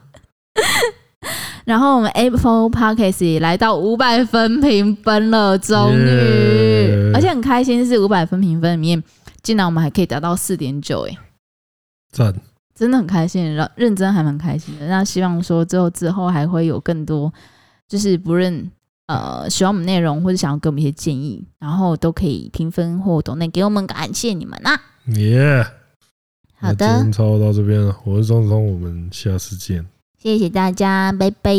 Speaker 2: 然后我们 Apple Podcast 也来到五百分评分了，终于
Speaker 1: Yeah
Speaker 2: 而且很开心是五百分评分里面，竟然我们还可以达到四点九，哎，
Speaker 1: 赞，
Speaker 2: 真的很开心，然后认真还蛮开心的。那希望说之后之后还会有更多，就是不论呃喜欢我们内容或者想要给我们一些建议，然后都可以评分或抖内给我们，感谢你们啦、
Speaker 1: 耶！
Speaker 2: 好
Speaker 1: 那今
Speaker 2: 的
Speaker 1: 天，差不多到这边了，我是钟子通，我们下次见。
Speaker 2: 谢谢大家，拜拜。